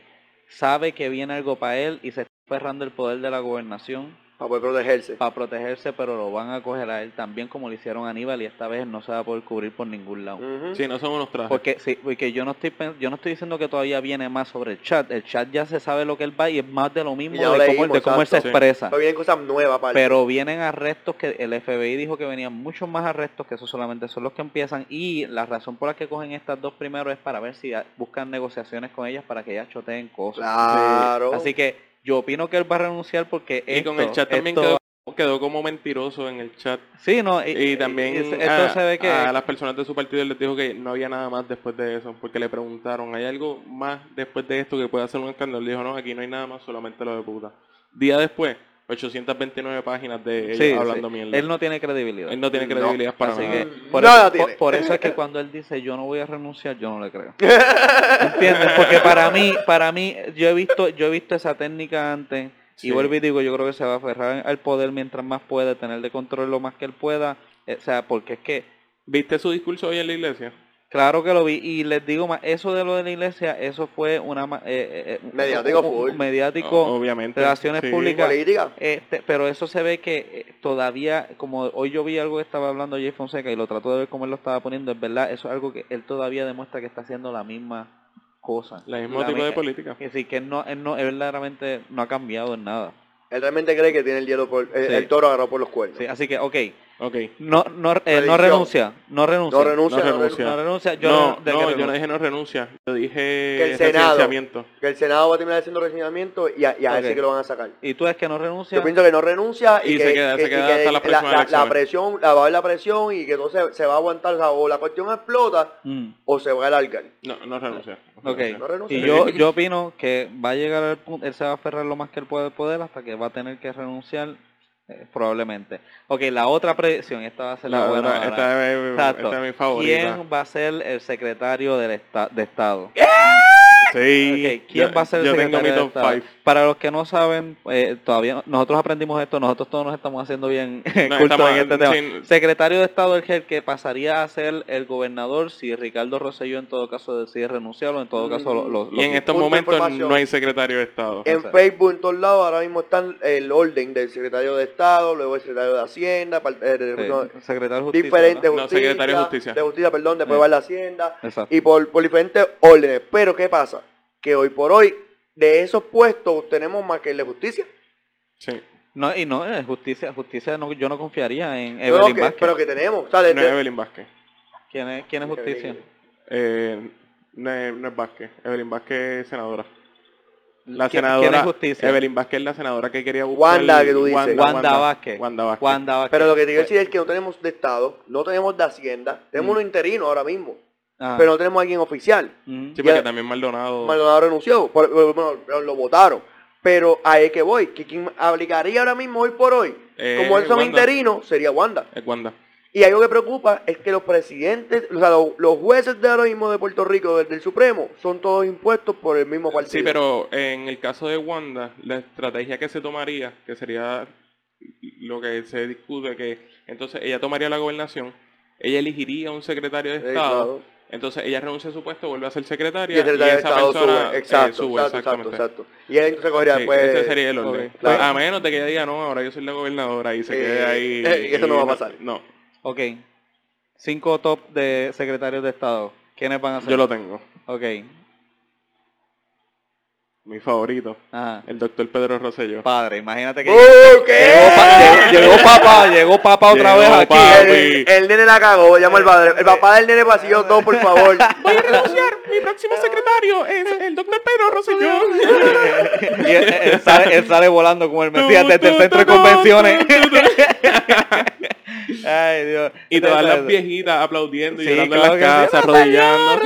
[SPEAKER 3] sabe que viene algo para él y se perrando el poder de la gobernación
[SPEAKER 1] para poder protegerse.
[SPEAKER 3] para protegerse, pero lo van a coger a él también como le hicieron a Aníbal y esta vez no se va a poder cubrir por ningún lado.
[SPEAKER 1] Ujú.
[SPEAKER 2] Sí, no son unos trajes.
[SPEAKER 3] Porque sí, porque yo no estoy pen- yo no estoy diciendo que todavía viene más sobre el chat. El chat ya se sabe lo que él va y es más de lo mismo
[SPEAKER 1] Y ya
[SPEAKER 3] de cómo,
[SPEAKER 1] lo
[SPEAKER 3] él- de
[SPEAKER 1] leímos,
[SPEAKER 3] cómo él se
[SPEAKER 2] exacto, sí.
[SPEAKER 3] expresa.
[SPEAKER 1] Pero vienen cosas nuevas, para
[SPEAKER 3] Pero vienen arrestos que el FBI dijo que venían muchos más arrestos, que esos solamente son los que empiezan. Y la razón por la que cogen estas dos primero es para ver si a- buscan negociaciones con ellas para que ellas choteen cosas.
[SPEAKER 1] Claro.
[SPEAKER 3] Así que yo opino que él va a renunciar porque
[SPEAKER 2] y con el
[SPEAKER 3] esto-
[SPEAKER 2] chat también
[SPEAKER 3] esto-
[SPEAKER 2] quedó, quedó como mentiroso en el chat.
[SPEAKER 3] Sí, no,
[SPEAKER 2] Y también
[SPEAKER 3] esto
[SPEAKER 2] a,
[SPEAKER 3] se ve que
[SPEAKER 2] a las personas de su partido les dijo que no había nada más después de eso, porque le preguntaron, ¿hay algo más después de esto que pueda hacer un escándalo? Le dijo, no, aquí no hay nada más, solamente lo de puta. Día después, 829 páginas de
[SPEAKER 3] Sí,
[SPEAKER 2] ella hablando
[SPEAKER 3] sí.
[SPEAKER 2] mierda.
[SPEAKER 3] él no tiene credibilidad.
[SPEAKER 2] Él no tiene
[SPEAKER 1] No,
[SPEAKER 2] credibilidad para
[SPEAKER 3] Así
[SPEAKER 2] nada.
[SPEAKER 3] que por,
[SPEAKER 1] Nada
[SPEAKER 3] eso,
[SPEAKER 1] tiene.
[SPEAKER 3] por- por eso es
[SPEAKER 1] [LAUGHS]
[SPEAKER 3] que cuando él dice yo no voy a renunciar, yo no le creo. ¿Entiendes? Porque para mí, para mí, yo he visto, yo he visto esa técnica antes.
[SPEAKER 2] Sí.
[SPEAKER 3] Y vuelvo y digo, yo creo que se va a aferrar al poder mientras más pueda, tener de control lo más que él pueda. eh, O sea, porque es que,
[SPEAKER 2] ¿Viste su discurso hoy en la iglesia?
[SPEAKER 3] claro que lo vi. Y les digo más, eso de lo de la iglesia, eso fue una... ma- eh, eh, eh,
[SPEAKER 1] Mediático
[SPEAKER 3] un- un-
[SPEAKER 1] full.
[SPEAKER 3] Mediático.
[SPEAKER 2] O- Obviamente.
[SPEAKER 3] relaciones públicas.
[SPEAKER 1] Política.
[SPEAKER 3] Este, pero eso se ve que eh, todavía, como hoy yo vi algo que estaba hablando Jay Fonseca y lo trató de ver cómo él lo estaba poniendo, es verdad, eso es algo que él todavía demuestra que está haciendo la misma cosa.
[SPEAKER 2] El mismo
[SPEAKER 3] La
[SPEAKER 2] tipo
[SPEAKER 3] mi-
[SPEAKER 2] de política.
[SPEAKER 3] Es decir, que él no, él no, él verdaderamente no ha cambiado en nada.
[SPEAKER 1] Él realmente cree que tiene el hielo por, el,
[SPEAKER 3] Sí.
[SPEAKER 1] el toro agarrado por los cuernos.
[SPEAKER 3] Sí, así que, ok,
[SPEAKER 2] Ok.
[SPEAKER 3] no, no, eh, no
[SPEAKER 1] Tradición.
[SPEAKER 3] renuncia, no renuncia.
[SPEAKER 1] No renuncia, no
[SPEAKER 2] No renuncia.
[SPEAKER 1] renuncia.
[SPEAKER 3] No renuncia, yo
[SPEAKER 2] no,
[SPEAKER 3] de que
[SPEAKER 2] no, yo
[SPEAKER 3] renuncia.
[SPEAKER 2] no dije no renuncia. Yo dije
[SPEAKER 1] el Senado-
[SPEAKER 2] renunciamiento.
[SPEAKER 1] Que el Senado va a terminar haciendo resignamiento y a, y a él
[SPEAKER 3] Ok.
[SPEAKER 1] sí que lo van a sacar.
[SPEAKER 3] Y tú es que no renuncia.
[SPEAKER 1] Yo pienso que no renuncia y,
[SPEAKER 2] Y
[SPEAKER 1] que,
[SPEAKER 2] se queda-
[SPEAKER 1] que-
[SPEAKER 2] se queda
[SPEAKER 1] y que
[SPEAKER 2] hasta las
[SPEAKER 1] la,
[SPEAKER 2] próximas
[SPEAKER 1] la- la
[SPEAKER 2] elecciones.
[SPEAKER 1] presión, la va a haber la presión y que entonces se va a aguantar, o, sea, o la cuestión explota
[SPEAKER 3] Mm.
[SPEAKER 1] o se va a alargar.
[SPEAKER 2] No, no renuncia. No
[SPEAKER 3] Ok,
[SPEAKER 2] renuncia.
[SPEAKER 1] No renuncia.
[SPEAKER 3] y yo, yo opino que va a llegar al punto, él se va a aferrar lo más que él puede al poder hasta que va a tener que renunciar eh, probablemente. Ok, la otra predicción, esta va a ser la,
[SPEAKER 2] La-
[SPEAKER 3] buena.
[SPEAKER 2] la-
[SPEAKER 3] ahora.
[SPEAKER 2] esta, es,
[SPEAKER 3] Exacto.
[SPEAKER 2] esta es mi favorita.
[SPEAKER 3] ¿Quién va a ser el secretario del esta- de Estado?
[SPEAKER 2] Sí.
[SPEAKER 3] Ok, ¿Quién
[SPEAKER 2] yo,
[SPEAKER 3] va a ser el
[SPEAKER 2] yo
[SPEAKER 3] secretario
[SPEAKER 2] tengo mi
[SPEAKER 3] de
[SPEAKER 2] top
[SPEAKER 3] Estado?
[SPEAKER 2] 5.
[SPEAKER 3] [LAUGHS] Para los que no saben, eh, todavía no- nosotros aprendimos esto, nosotros todos nos estamos haciendo bien
[SPEAKER 2] No,
[SPEAKER 3] cultos
[SPEAKER 2] estamos
[SPEAKER 3] en
[SPEAKER 2] en-
[SPEAKER 3] este tema.
[SPEAKER 2] sin-
[SPEAKER 3] Secretario de Estado es el que pasaría a ser el gobernador si Ricardo Rosselló en todo caso decide renunciar o en todo caso lo, lo- lo
[SPEAKER 2] Y en este
[SPEAKER 3] quita.
[SPEAKER 1] Punto
[SPEAKER 2] estos
[SPEAKER 1] de
[SPEAKER 2] momentos
[SPEAKER 1] información.
[SPEAKER 2] no hay secretario de Estado.
[SPEAKER 1] En
[SPEAKER 3] Exacto.
[SPEAKER 1] Facebook, en todos lados, ahora mismo están el orden del secretario de Estado, luego el secretario de Hacienda, par- eh, de-
[SPEAKER 3] Sí,
[SPEAKER 1] no,
[SPEAKER 3] secretario de Justicia.
[SPEAKER 1] diferentes
[SPEAKER 2] ¿verdad? No,
[SPEAKER 1] justicia,
[SPEAKER 2] secretario de Justicia.
[SPEAKER 1] de justicia, perdón, después
[SPEAKER 3] Sí.
[SPEAKER 1] va la Hacienda
[SPEAKER 3] ¿verdad? Exacto.
[SPEAKER 1] y por, por diferentes órdenes. Pero ¿qué pasa? Que hoy por hoy, de esos puestos, tenemos más que el de justicia.
[SPEAKER 2] Sí.
[SPEAKER 3] No, y no, eh, justicia, justicia no, yo no confiaría en
[SPEAKER 1] No,
[SPEAKER 3] Evelyn
[SPEAKER 1] que-
[SPEAKER 3] Vázquez.
[SPEAKER 1] pero que tenemos. O sea, de-
[SPEAKER 2] No
[SPEAKER 1] de-
[SPEAKER 2] es
[SPEAKER 3] eh.
[SPEAKER 2] Evelyn Vázquez.
[SPEAKER 3] ¿Quién, es, ¿Quién es justicia?
[SPEAKER 2] Eh, no, es, no es Vázquez. Evelyn Vázquez es senadora. La
[SPEAKER 3] ¿Quién-
[SPEAKER 2] senadora.
[SPEAKER 3] quién es justicia?
[SPEAKER 2] Evelyn Vázquez es la senadora que quería buscar.
[SPEAKER 1] Wanda, que tú dices.
[SPEAKER 3] Wanda Vázquez.
[SPEAKER 2] Wanda Vázquez.
[SPEAKER 3] Wanda Vázquez.
[SPEAKER 1] Pero lo que te quiero decir es que no tenemos de Estado, no tenemos de Hacienda, tenemos
[SPEAKER 3] Mm.
[SPEAKER 1] un interino ahora mismo,
[SPEAKER 3] Ah, Mm,
[SPEAKER 1] pero no tenemos a alguien oficial.
[SPEAKER 3] ujú.
[SPEAKER 2] Sí,
[SPEAKER 1] Ya-
[SPEAKER 2] porque también Maldonado.
[SPEAKER 1] Maldonado renunció, por- por- por- por- lo votaron. Pero ahí es que voy, que quien aplicaría ahora mismo, hoy por hoy,
[SPEAKER 2] Eh,
[SPEAKER 1] como él son
[SPEAKER 2] Wanda.
[SPEAKER 1] interinos, sería Wanda.
[SPEAKER 2] Es Wanda.
[SPEAKER 1] Y algo que preocupa es que los presidentes, o sea, lo- los jueces de ahora mismo de Puerto Rico, del, del Supremo, son todos impuestos por el mismo partido. Eh,
[SPEAKER 2] Sí, pero en el caso de Wanda, la estrategia que se tomaría, que sería lo que se discute, que entonces ella tomaría la gobernación, ella elegiría un secretario de
[SPEAKER 1] Sí,
[SPEAKER 2] Estado,
[SPEAKER 1] claro.
[SPEAKER 2] entonces ella renuncia a su puesto, vuelve a ser secretaria
[SPEAKER 1] Y el secretario de
[SPEAKER 2] esa
[SPEAKER 1] Estado
[SPEAKER 2] persona
[SPEAKER 1] sube.
[SPEAKER 2] eh,
[SPEAKER 1] Exacto,
[SPEAKER 2] sube,
[SPEAKER 1] exacto, exacto,
[SPEAKER 2] exactamente.
[SPEAKER 1] exacto. Y él entonces cogería pues,
[SPEAKER 2] Sí,
[SPEAKER 1] después.
[SPEAKER 2] ese sería el orden. Pues,
[SPEAKER 3] ok,
[SPEAKER 1] claro.
[SPEAKER 2] A menos de que ella diga, no, ahora yo soy la gobernadora y se
[SPEAKER 1] Eh,
[SPEAKER 2] quede ahí.
[SPEAKER 1] eh, eso no va a
[SPEAKER 2] y
[SPEAKER 1] pasar.
[SPEAKER 2] No,
[SPEAKER 3] Ok. Cinco top de secretarios de Estado. ¿Quiénes van a ser?
[SPEAKER 2] yo lo tengo.
[SPEAKER 3] Ok.
[SPEAKER 2] Mi favorito,
[SPEAKER 3] Ajá.
[SPEAKER 2] el doctor Pedro Rosselló.
[SPEAKER 3] Padre, imagínate que...
[SPEAKER 1] ¡Uh, qué!
[SPEAKER 3] Llegó, pa- llegó- llegó papá, llegó papá otra vez
[SPEAKER 2] Llegó
[SPEAKER 3] aquí.
[SPEAKER 2] papá.
[SPEAKER 1] [LAUGHS] El, el- el nene la cagó, llama el padre. El papá del nene pasillo dos, por favor.
[SPEAKER 2] Mi próximo secretario es el doctor Pedro Rosselló.
[SPEAKER 3] [LAUGHS] Y él, él sale, él sale volando como el Mesías desde el centro de convenciones. [LAUGHS] Ay, Dios.
[SPEAKER 2] [LAUGHS] Y todas las
[SPEAKER 3] Entonces,
[SPEAKER 2] viejitas aplaudiendo y
[SPEAKER 3] Sí,
[SPEAKER 2] llorando
[SPEAKER 3] claro
[SPEAKER 2] en
[SPEAKER 3] que sí.
[SPEAKER 2] las casas, arrodillando.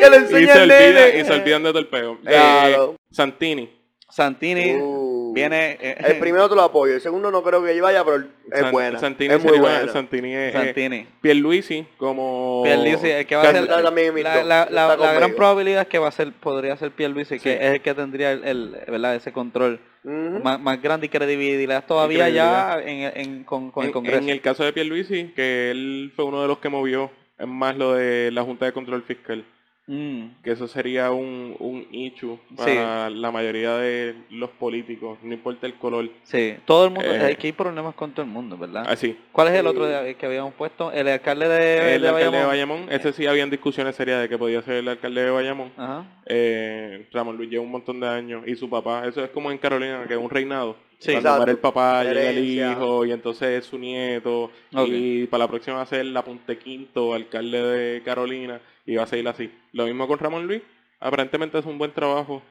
[SPEAKER 1] Que le
[SPEAKER 2] Y
[SPEAKER 1] enseña
[SPEAKER 2] se,
[SPEAKER 1] el
[SPEAKER 2] olvidan, y se
[SPEAKER 1] nene.
[SPEAKER 2] olvidan de todo el peo. Eh,
[SPEAKER 1] Claro.
[SPEAKER 2] Santini.
[SPEAKER 3] Santini
[SPEAKER 1] Uh.
[SPEAKER 3] viene. eh,
[SPEAKER 1] El primero te lo apoyo, el segundo no creo que yo vaya, pero es
[SPEAKER 2] San-
[SPEAKER 1] buena.
[SPEAKER 2] Santini
[SPEAKER 1] es muy
[SPEAKER 2] sería-
[SPEAKER 1] buena.
[SPEAKER 2] Santini es. eh,
[SPEAKER 3] [LAUGHS] Santini.
[SPEAKER 2] Pierluisi como.
[SPEAKER 3] Pierluisi, el que va a ser.
[SPEAKER 1] Está
[SPEAKER 3] La,
[SPEAKER 1] Oh. Ah, también invitó,
[SPEAKER 3] la- la-
[SPEAKER 1] está
[SPEAKER 3] la
[SPEAKER 1] conmigo.
[SPEAKER 3] gran probabilidad es que va a ser, podría ser Pierluisi,
[SPEAKER 2] Sí.
[SPEAKER 3] que es el que tendría el, el- ¿verdad? ese control
[SPEAKER 1] Ujú.
[SPEAKER 3] más, más grande y credibilidad todavía ya en, en- con, con el
[SPEAKER 2] en-
[SPEAKER 3] Congreso.
[SPEAKER 2] En el caso de Pierluisi, que él fue uno de los que movió eh, más lo de la Junta de Control Fiscal.
[SPEAKER 3] Mm.
[SPEAKER 2] que eso sería un, un issue para la mayoría de los políticos, no importa el color. Ah,
[SPEAKER 3] Sí, todo el mundo,
[SPEAKER 2] Eh.
[SPEAKER 3] hay que hay problemas con todo el mundo, ¿verdad?
[SPEAKER 2] Así.
[SPEAKER 3] ¿Cuál es el otro
[SPEAKER 1] Sí.
[SPEAKER 3] de- que habíamos puesto? Ah. El alcalde de,
[SPEAKER 2] el
[SPEAKER 3] de
[SPEAKER 2] alcalde de
[SPEAKER 3] Bayamón.
[SPEAKER 2] Bayamón, este sí habían discusiones serias de que podía ser el alcalde de Bayamón.
[SPEAKER 3] Ajá.
[SPEAKER 2] Eh, Ramón Luis lleva un montón de años y su papá, eso es como en Carolina, que es un reinado.
[SPEAKER 3] Sí.
[SPEAKER 2] Cuando muere el
[SPEAKER 1] Exacto.
[SPEAKER 2] papá, llega el
[SPEAKER 1] Herencia.
[SPEAKER 2] hijo y entonces es su nieto.
[SPEAKER 3] Ok.
[SPEAKER 2] Y para la próxima va a ser la puntequinto, alcalde de Carolina y va a seguir así. Lo mismo con Ramón Luis, aparentemente es un buen trabajo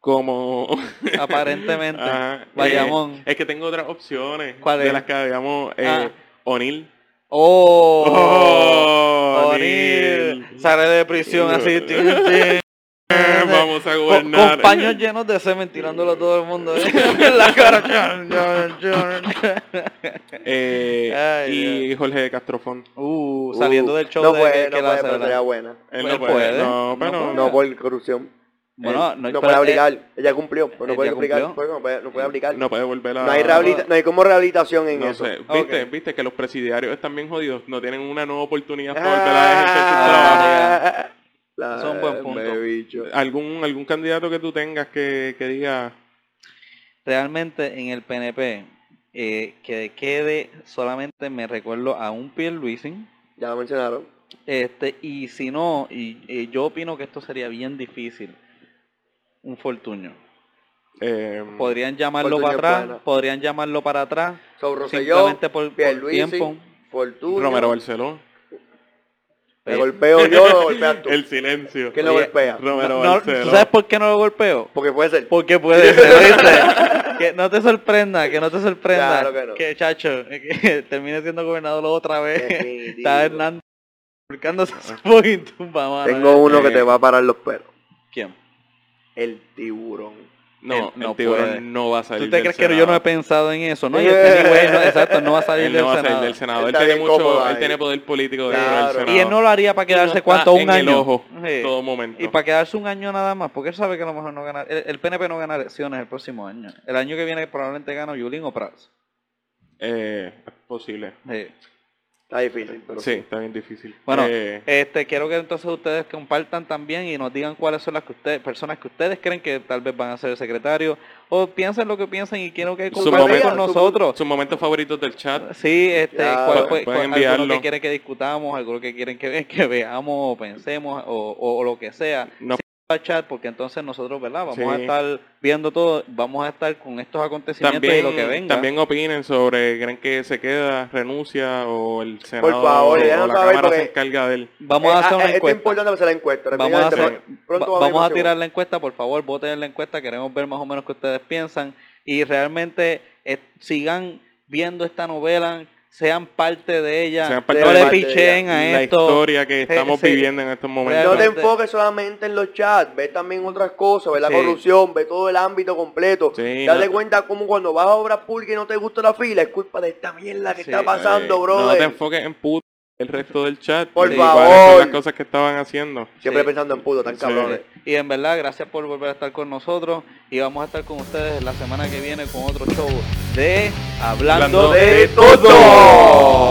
[SPEAKER 2] como...
[SPEAKER 3] Aparentemente.
[SPEAKER 2] [LAUGHS] Ajá, eh,
[SPEAKER 3] Bayamón.
[SPEAKER 2] es que tengo otras opciones
[SPEAKER 3] ¿Cuál
[SPEAKER 2] de
[SPEAKER 3] es?
[SPEAKER 2] las que habíamos... Eh,
[SPEAKER 3] Ah.
[SPEAKER 2] O'Neill.
[SPEAKER 3] ¡Oh!
[SPEAKER 2] ¡Oh,
[SPEAKER 3] O'Neill.
[SPEAKER 2] O'Neill!
[SPEAKER 3] Sale de prisión así.
[SPEAKER 1] [LAUGHS]
[SPEAKER 3] tin, tin.
[SPEAKER 2] Vamos a
[SPEAKER 3] Con,
[SPEAKER 2] gobernar.
[SPEAKER 3] con paños llenos de semen tirándolo a todo el mundo. ¿eh? [LAUGHS] En la Uh, cara. Chon, chon,
[SPEAKER 1] [LAUGHS]
[SPEAKER 3] chon.
[SPEAKER 2] Eh,
[SPEAKER 3] Ay,
[SPEAKER 2] y Jorge Castrofón.
[SPEAKER 3] Uh, saliendo
[SPEAKER 1] Uh,
[SPEAKER 3] del show
[SPEAKER 1] no
[SPEAKER 3] de
[SPEAKER 1] puede,
[SPEAKER 3] que
[SPEAKER 1] no
[SPEAKER 3] la
[SPEAKER 1] puede,
[SPEAKER 3] hace,
[SPEAKER 1] pero
[SPEAKER 3] ¿verdad?
[SPEAKER 1] sería buena.
[SPEAKER 2] Él
[SPEAKER 3] Pero
[SPEAKER 2] no puede.
[SPEAKER 3] Pues puede,
[SPEAKER 2] No, pero...
[SPEAKER 3] puede.
[SPEAKER 1] No por corrupción.
[SPEAKER 3] Bueno,
[SPEAKER 1] no,
[SPEAKER 3] pero,
[SPEAKER 1] puede
[SPEAKER 3] eh,
[SPEAKER 1] aplicar. ella cumplió, pero
[SPEAKER 3] ella
[SPEAKER 1] no puede aplicar.
[SPEAKER 3] cumplió.
[SPEAKER 1] pues, no puede, no puede aplicar.
[SPEAKER 2] No puede volver a...
[SPEAKER 1] No hay, rehabilita- no hay como rehabilitación en
[SPEAKER 2] No
[SPEAKER 1] eso.
[SPEAKER 2] sé, viste,
[SPEAKER 3] Ok.
[SPEAKER 2] viste que los presidiarios están bien jodidos, no tienen una nueva oportunidad para volver a ejercer su trabajo.
[SPEAKER 1] Ah, [LAUGHS] la-
[SPEAKER 3] Eso es un buen punto.
[SPEAKER 1] me bicho.
[SPEAKER 2] ¿Algún, algún candidato que tú tengas que, que diga,
[SPEAKER 3] realmente en el PNP eh, que quede solamente me recuerdo a un Pierluisi
[SPEAKER 1] Ya lo mencionaron.
[SPEAKER 3] este y si no y, y yo opino que esto sería bien difícil un fortuño
[SPEAKER 2] eh,
[SPEAKER 3] podrían llamarlo
[SPEAKER 1] Fortuño
[SPEAKER 3] para atrás
[SPEAKER 1] Mm. es bueno.
[SPEAKER 3] podrían llamarlo para atrás
[SPEAKER 1] So, Rosselló,
[SPEAKER 3] simplemente por, por
[SPEAKER 1] Pierluisi,
[SPEAKER 3] tiempo
[SPEAKER 1] Fortunio.
[SPEAKER 2] Romero Barceló?
[SPEAKER 1] Me
[SPEAKER 3] Eh,
[SPEAKER 1] golpeo yo, lo golpeas
[SPEAKER 3] [LAUGHS]
[SPEAKER 1] tú.
[SPEAKER 2] El silencio.
[SPEAKER 1] ¿Quién lo
[SPEAKER 3] Oye,
[SPEAKER 1] golpea?
[SPEAKER 2] Romero
[SPEAKER 3] No, no,
[SPEAKER 2] Barceló.
[SPEAKER 3] ¿tú sabes por qué no lo golpeo
[SPEAKER 1] Porque puede ser.
[SPEAKER 3] porque puede ser
[SPEAKER 2] [LAUGHS]
[SPEAKER 3] ¿oíste? que no te sorprenda que no te sorprenda
[SPEAKER 1] Claro que no.
[SPEAKER 3] chacho que [LAUGHS] termine siendo gobernador otra vez
[SPEAKER 1] Definitivo.
[SPEAKER 3] [LAUGHS] Está Hernández volcándose a su [LAUGHS] fucking tumba, mano.
[SPEAKER 1] Tengo uno que te va a parar los pelos.
[SPEAKER 3] ¿Quién?
[SPEAKER 1] El tiburón.
[SPEAKER 2] No,
[SPEAKER 3] Él no
[SPEAKER 2] el tiburón
[SPEAKER 3] puede.
[SPEAKER 2] no va a salir
[SPEAKER 3] ¿Tú te
[SPEAKER 2] del
[SPEAKER 3] crees que yo no he
[SPEAKER 2] Senado.
[SPEAKER 3] pensado en eso?
[SPEAKER 1] [LAUGHS]
[SPEAKER 3] No, y este anyway, no, exacto, no va a salir
[SPEAKER 2] Él
[SPEAKER 3] del
[SPEAKER 2] no va a salir
[SPEAKER 3] Senado.
[SPEAKER 2] del Senado.
[SPEAKER 1] Él
[SPEAKER 2] Él
[SPEAKER 1] está
[SPEAKER 2] tiene
[SPEAKER 1] bien
[SPEAKER 2] mucho,
[SPEAKER 1] cómodo
[SPEAKER 2] él
[SPEAKER 1] ahí.
[SPEAKER 2] tiene poder político dentro
[SPEAKER 1] Claro.
[SPEAKER 2] del Senado.
[SPEAKER 3] Y él no lo haría para quedarse cuánto,
[SPEAKER 2] está
[SPEAKER 3] un
[SPEAKER 2] en
[SPEAKER 3] año.
[SPEAKER 2] el ojo
[SPEAKER 3] Sí.
[SPEAKER 2] todo momento.
[SPEAKER 3] Y para quedarse un año nada más, porque él sabe que a lo mejor no gana. El, el PNP no gana elecciones el próximo año. El año que viene probablemente gana Yulín o Prats.
[SPEAKER 2] Eh, es posible.
[SPEAKER 3] Sí.
[SPEAKER 1] Está difícil, pero
[SPEAKER 2] Sí, está bien difícil.
[SPEAKER 3] Bueno,
[SPEAKER 2] Eh,
[SPEAKER 3] Este, quiero que entonces ustedes compartan también y nos digan cuáles son las que ustedes, personas que ustedes creen que tal vez van a ser el secretario. O piensen lo que piensen y quiero que
[SPEAKER 2] Su
[SPEAKER 3] compartan
[SPEAKER 1] momento,
[SPEAKER 3] con
[SPEAKER 1] su-
[SPEAKER 3] nosotros.
[SPEAKER 2] sus momentos favoritos del chat.
[SPEAKER 3] Sí, este,
[SPEAKER 1] Ya,
[SPEAKER 3] cuál
[SPEAKER 1] pa-
[SPEAKER 3] fue-
[SPEAKER 2] pueden
[SPEAKER 3] cuál- alguno
[SPEAKER 2] enviarlo.
[SPEAKER 3] que quieren que discutamos, algo que quieren que, [LAUGHS] ve- que veamos o pensemos o, o- o lo que sea.
[SPEAKER 2] No.
[SPEAKER 3] Sí, pa' chat, porque entonces nosotros, ¿verdad? Vamos a
[SPEAKER 2] Sí.
[SPEAKER 3] estar viendo todo, vamos a estar con estos acontecimientos y lo que
[SPEAKER 2] También,
[SPEAKER 3] venga.
[SPEAKER 2] también opinen sobre, creen que se queda, renuncia o el Senado
[SPEAKER 1] favor,
[SPEAKER 2] o
[SPEAKER 1] déjanos
[SPEAKER 2] la
[SPEAKER 1] saber,
[SPEAKER 2] Cámara
[SPEAKER 1] porque-
[SPEAKER 2] se encarga de él.
[SPEAKER 3] vamos a
[SPEAKER 1] Eh,
[SPEAKER 3] hacer
[SPEAKER 1] ah, eh,
[SPEAKER 3] una
[SPEAKER 1] esto es
[SPEAKER 3] encuesta.
[SPEAKER 1] importante hacer la encuesta.
[SPEAKER 3] Vamos a, hacer-
[SPEAKER 1] Efectivamente, pronto
[SPEAKER 3] va-
[SPEAKER 1] va a haber
[SPEAKER 3] vamos a
[SPEAKER 1] una
[SPEAKER 3] tirar la encuesta, por favor, voten en la encuesta, queremos ver más o menos qué ustedes piensan y realmente eh, sigan viendo esta novela, sean parte de ella,
[SPEAKER 2] Sean parte
[SPEAKER 3] no
[SPEAKER 2] de
[SPEAKER 3] le
[SPEAKER 2] ella.
[SPEAKER 3] picheen a
[SPEAKER 2] La
[SPEAKER 3] esto.
[SPEAKER 2] historia que estamos
[SPEAKER 3] sí.
[SPEAKER 2] viviendo en estos momentos.
[SPEAKER 1] No te
[SPEAKER 3] Realmente-
[SPEAKER 1] enfoques solamente en los chats, ve también otras cosas, ve la
[SPEAKER 3] Sí.
[SPEAKER 1] corrupción, ve todo el ámbito completo.
[SPEAKER 2] Sí,
[SPEAKER 1] Date
[SPEAKER 2] no-
[SPEAKER 1] cuenta como cuando vas a obras públicas y no te gusta la fila, es culpa de esta mierda que
[SPEAKER 3] Sí,
[SPEAKER 1] está pasando,
[SPEAKER 2] Eh,
[SPEAKER 1] brother.
[SPEAKER 2] No te enfoques en puto el resto del chat.
[SPEAKER 1] Por
[SPEAKER 2] y
[SPEAKER 1] favor.
[SPEAKER 2] cuáles son las cosas que estaban haciendo.
[SPEAKER 1] Siempre
[SPEAKER 3] Sí.
[SPEAKER 1] pensando en puto, tan
[SPEAKER 2] Sí.
[SPEAKER 1] cabrones.
[SPEAKER 3] Y en verdad, gracias por volver a estar con nosotros y vamos a estar con ustedes la semana que viene con otro show de Hablando,
[SPEAKER 2] Hablando
[SPEAKER 3] de
[SPEAKER 1] de
[SPEAKER 3] todo.
[SPEAKER 1] Todo.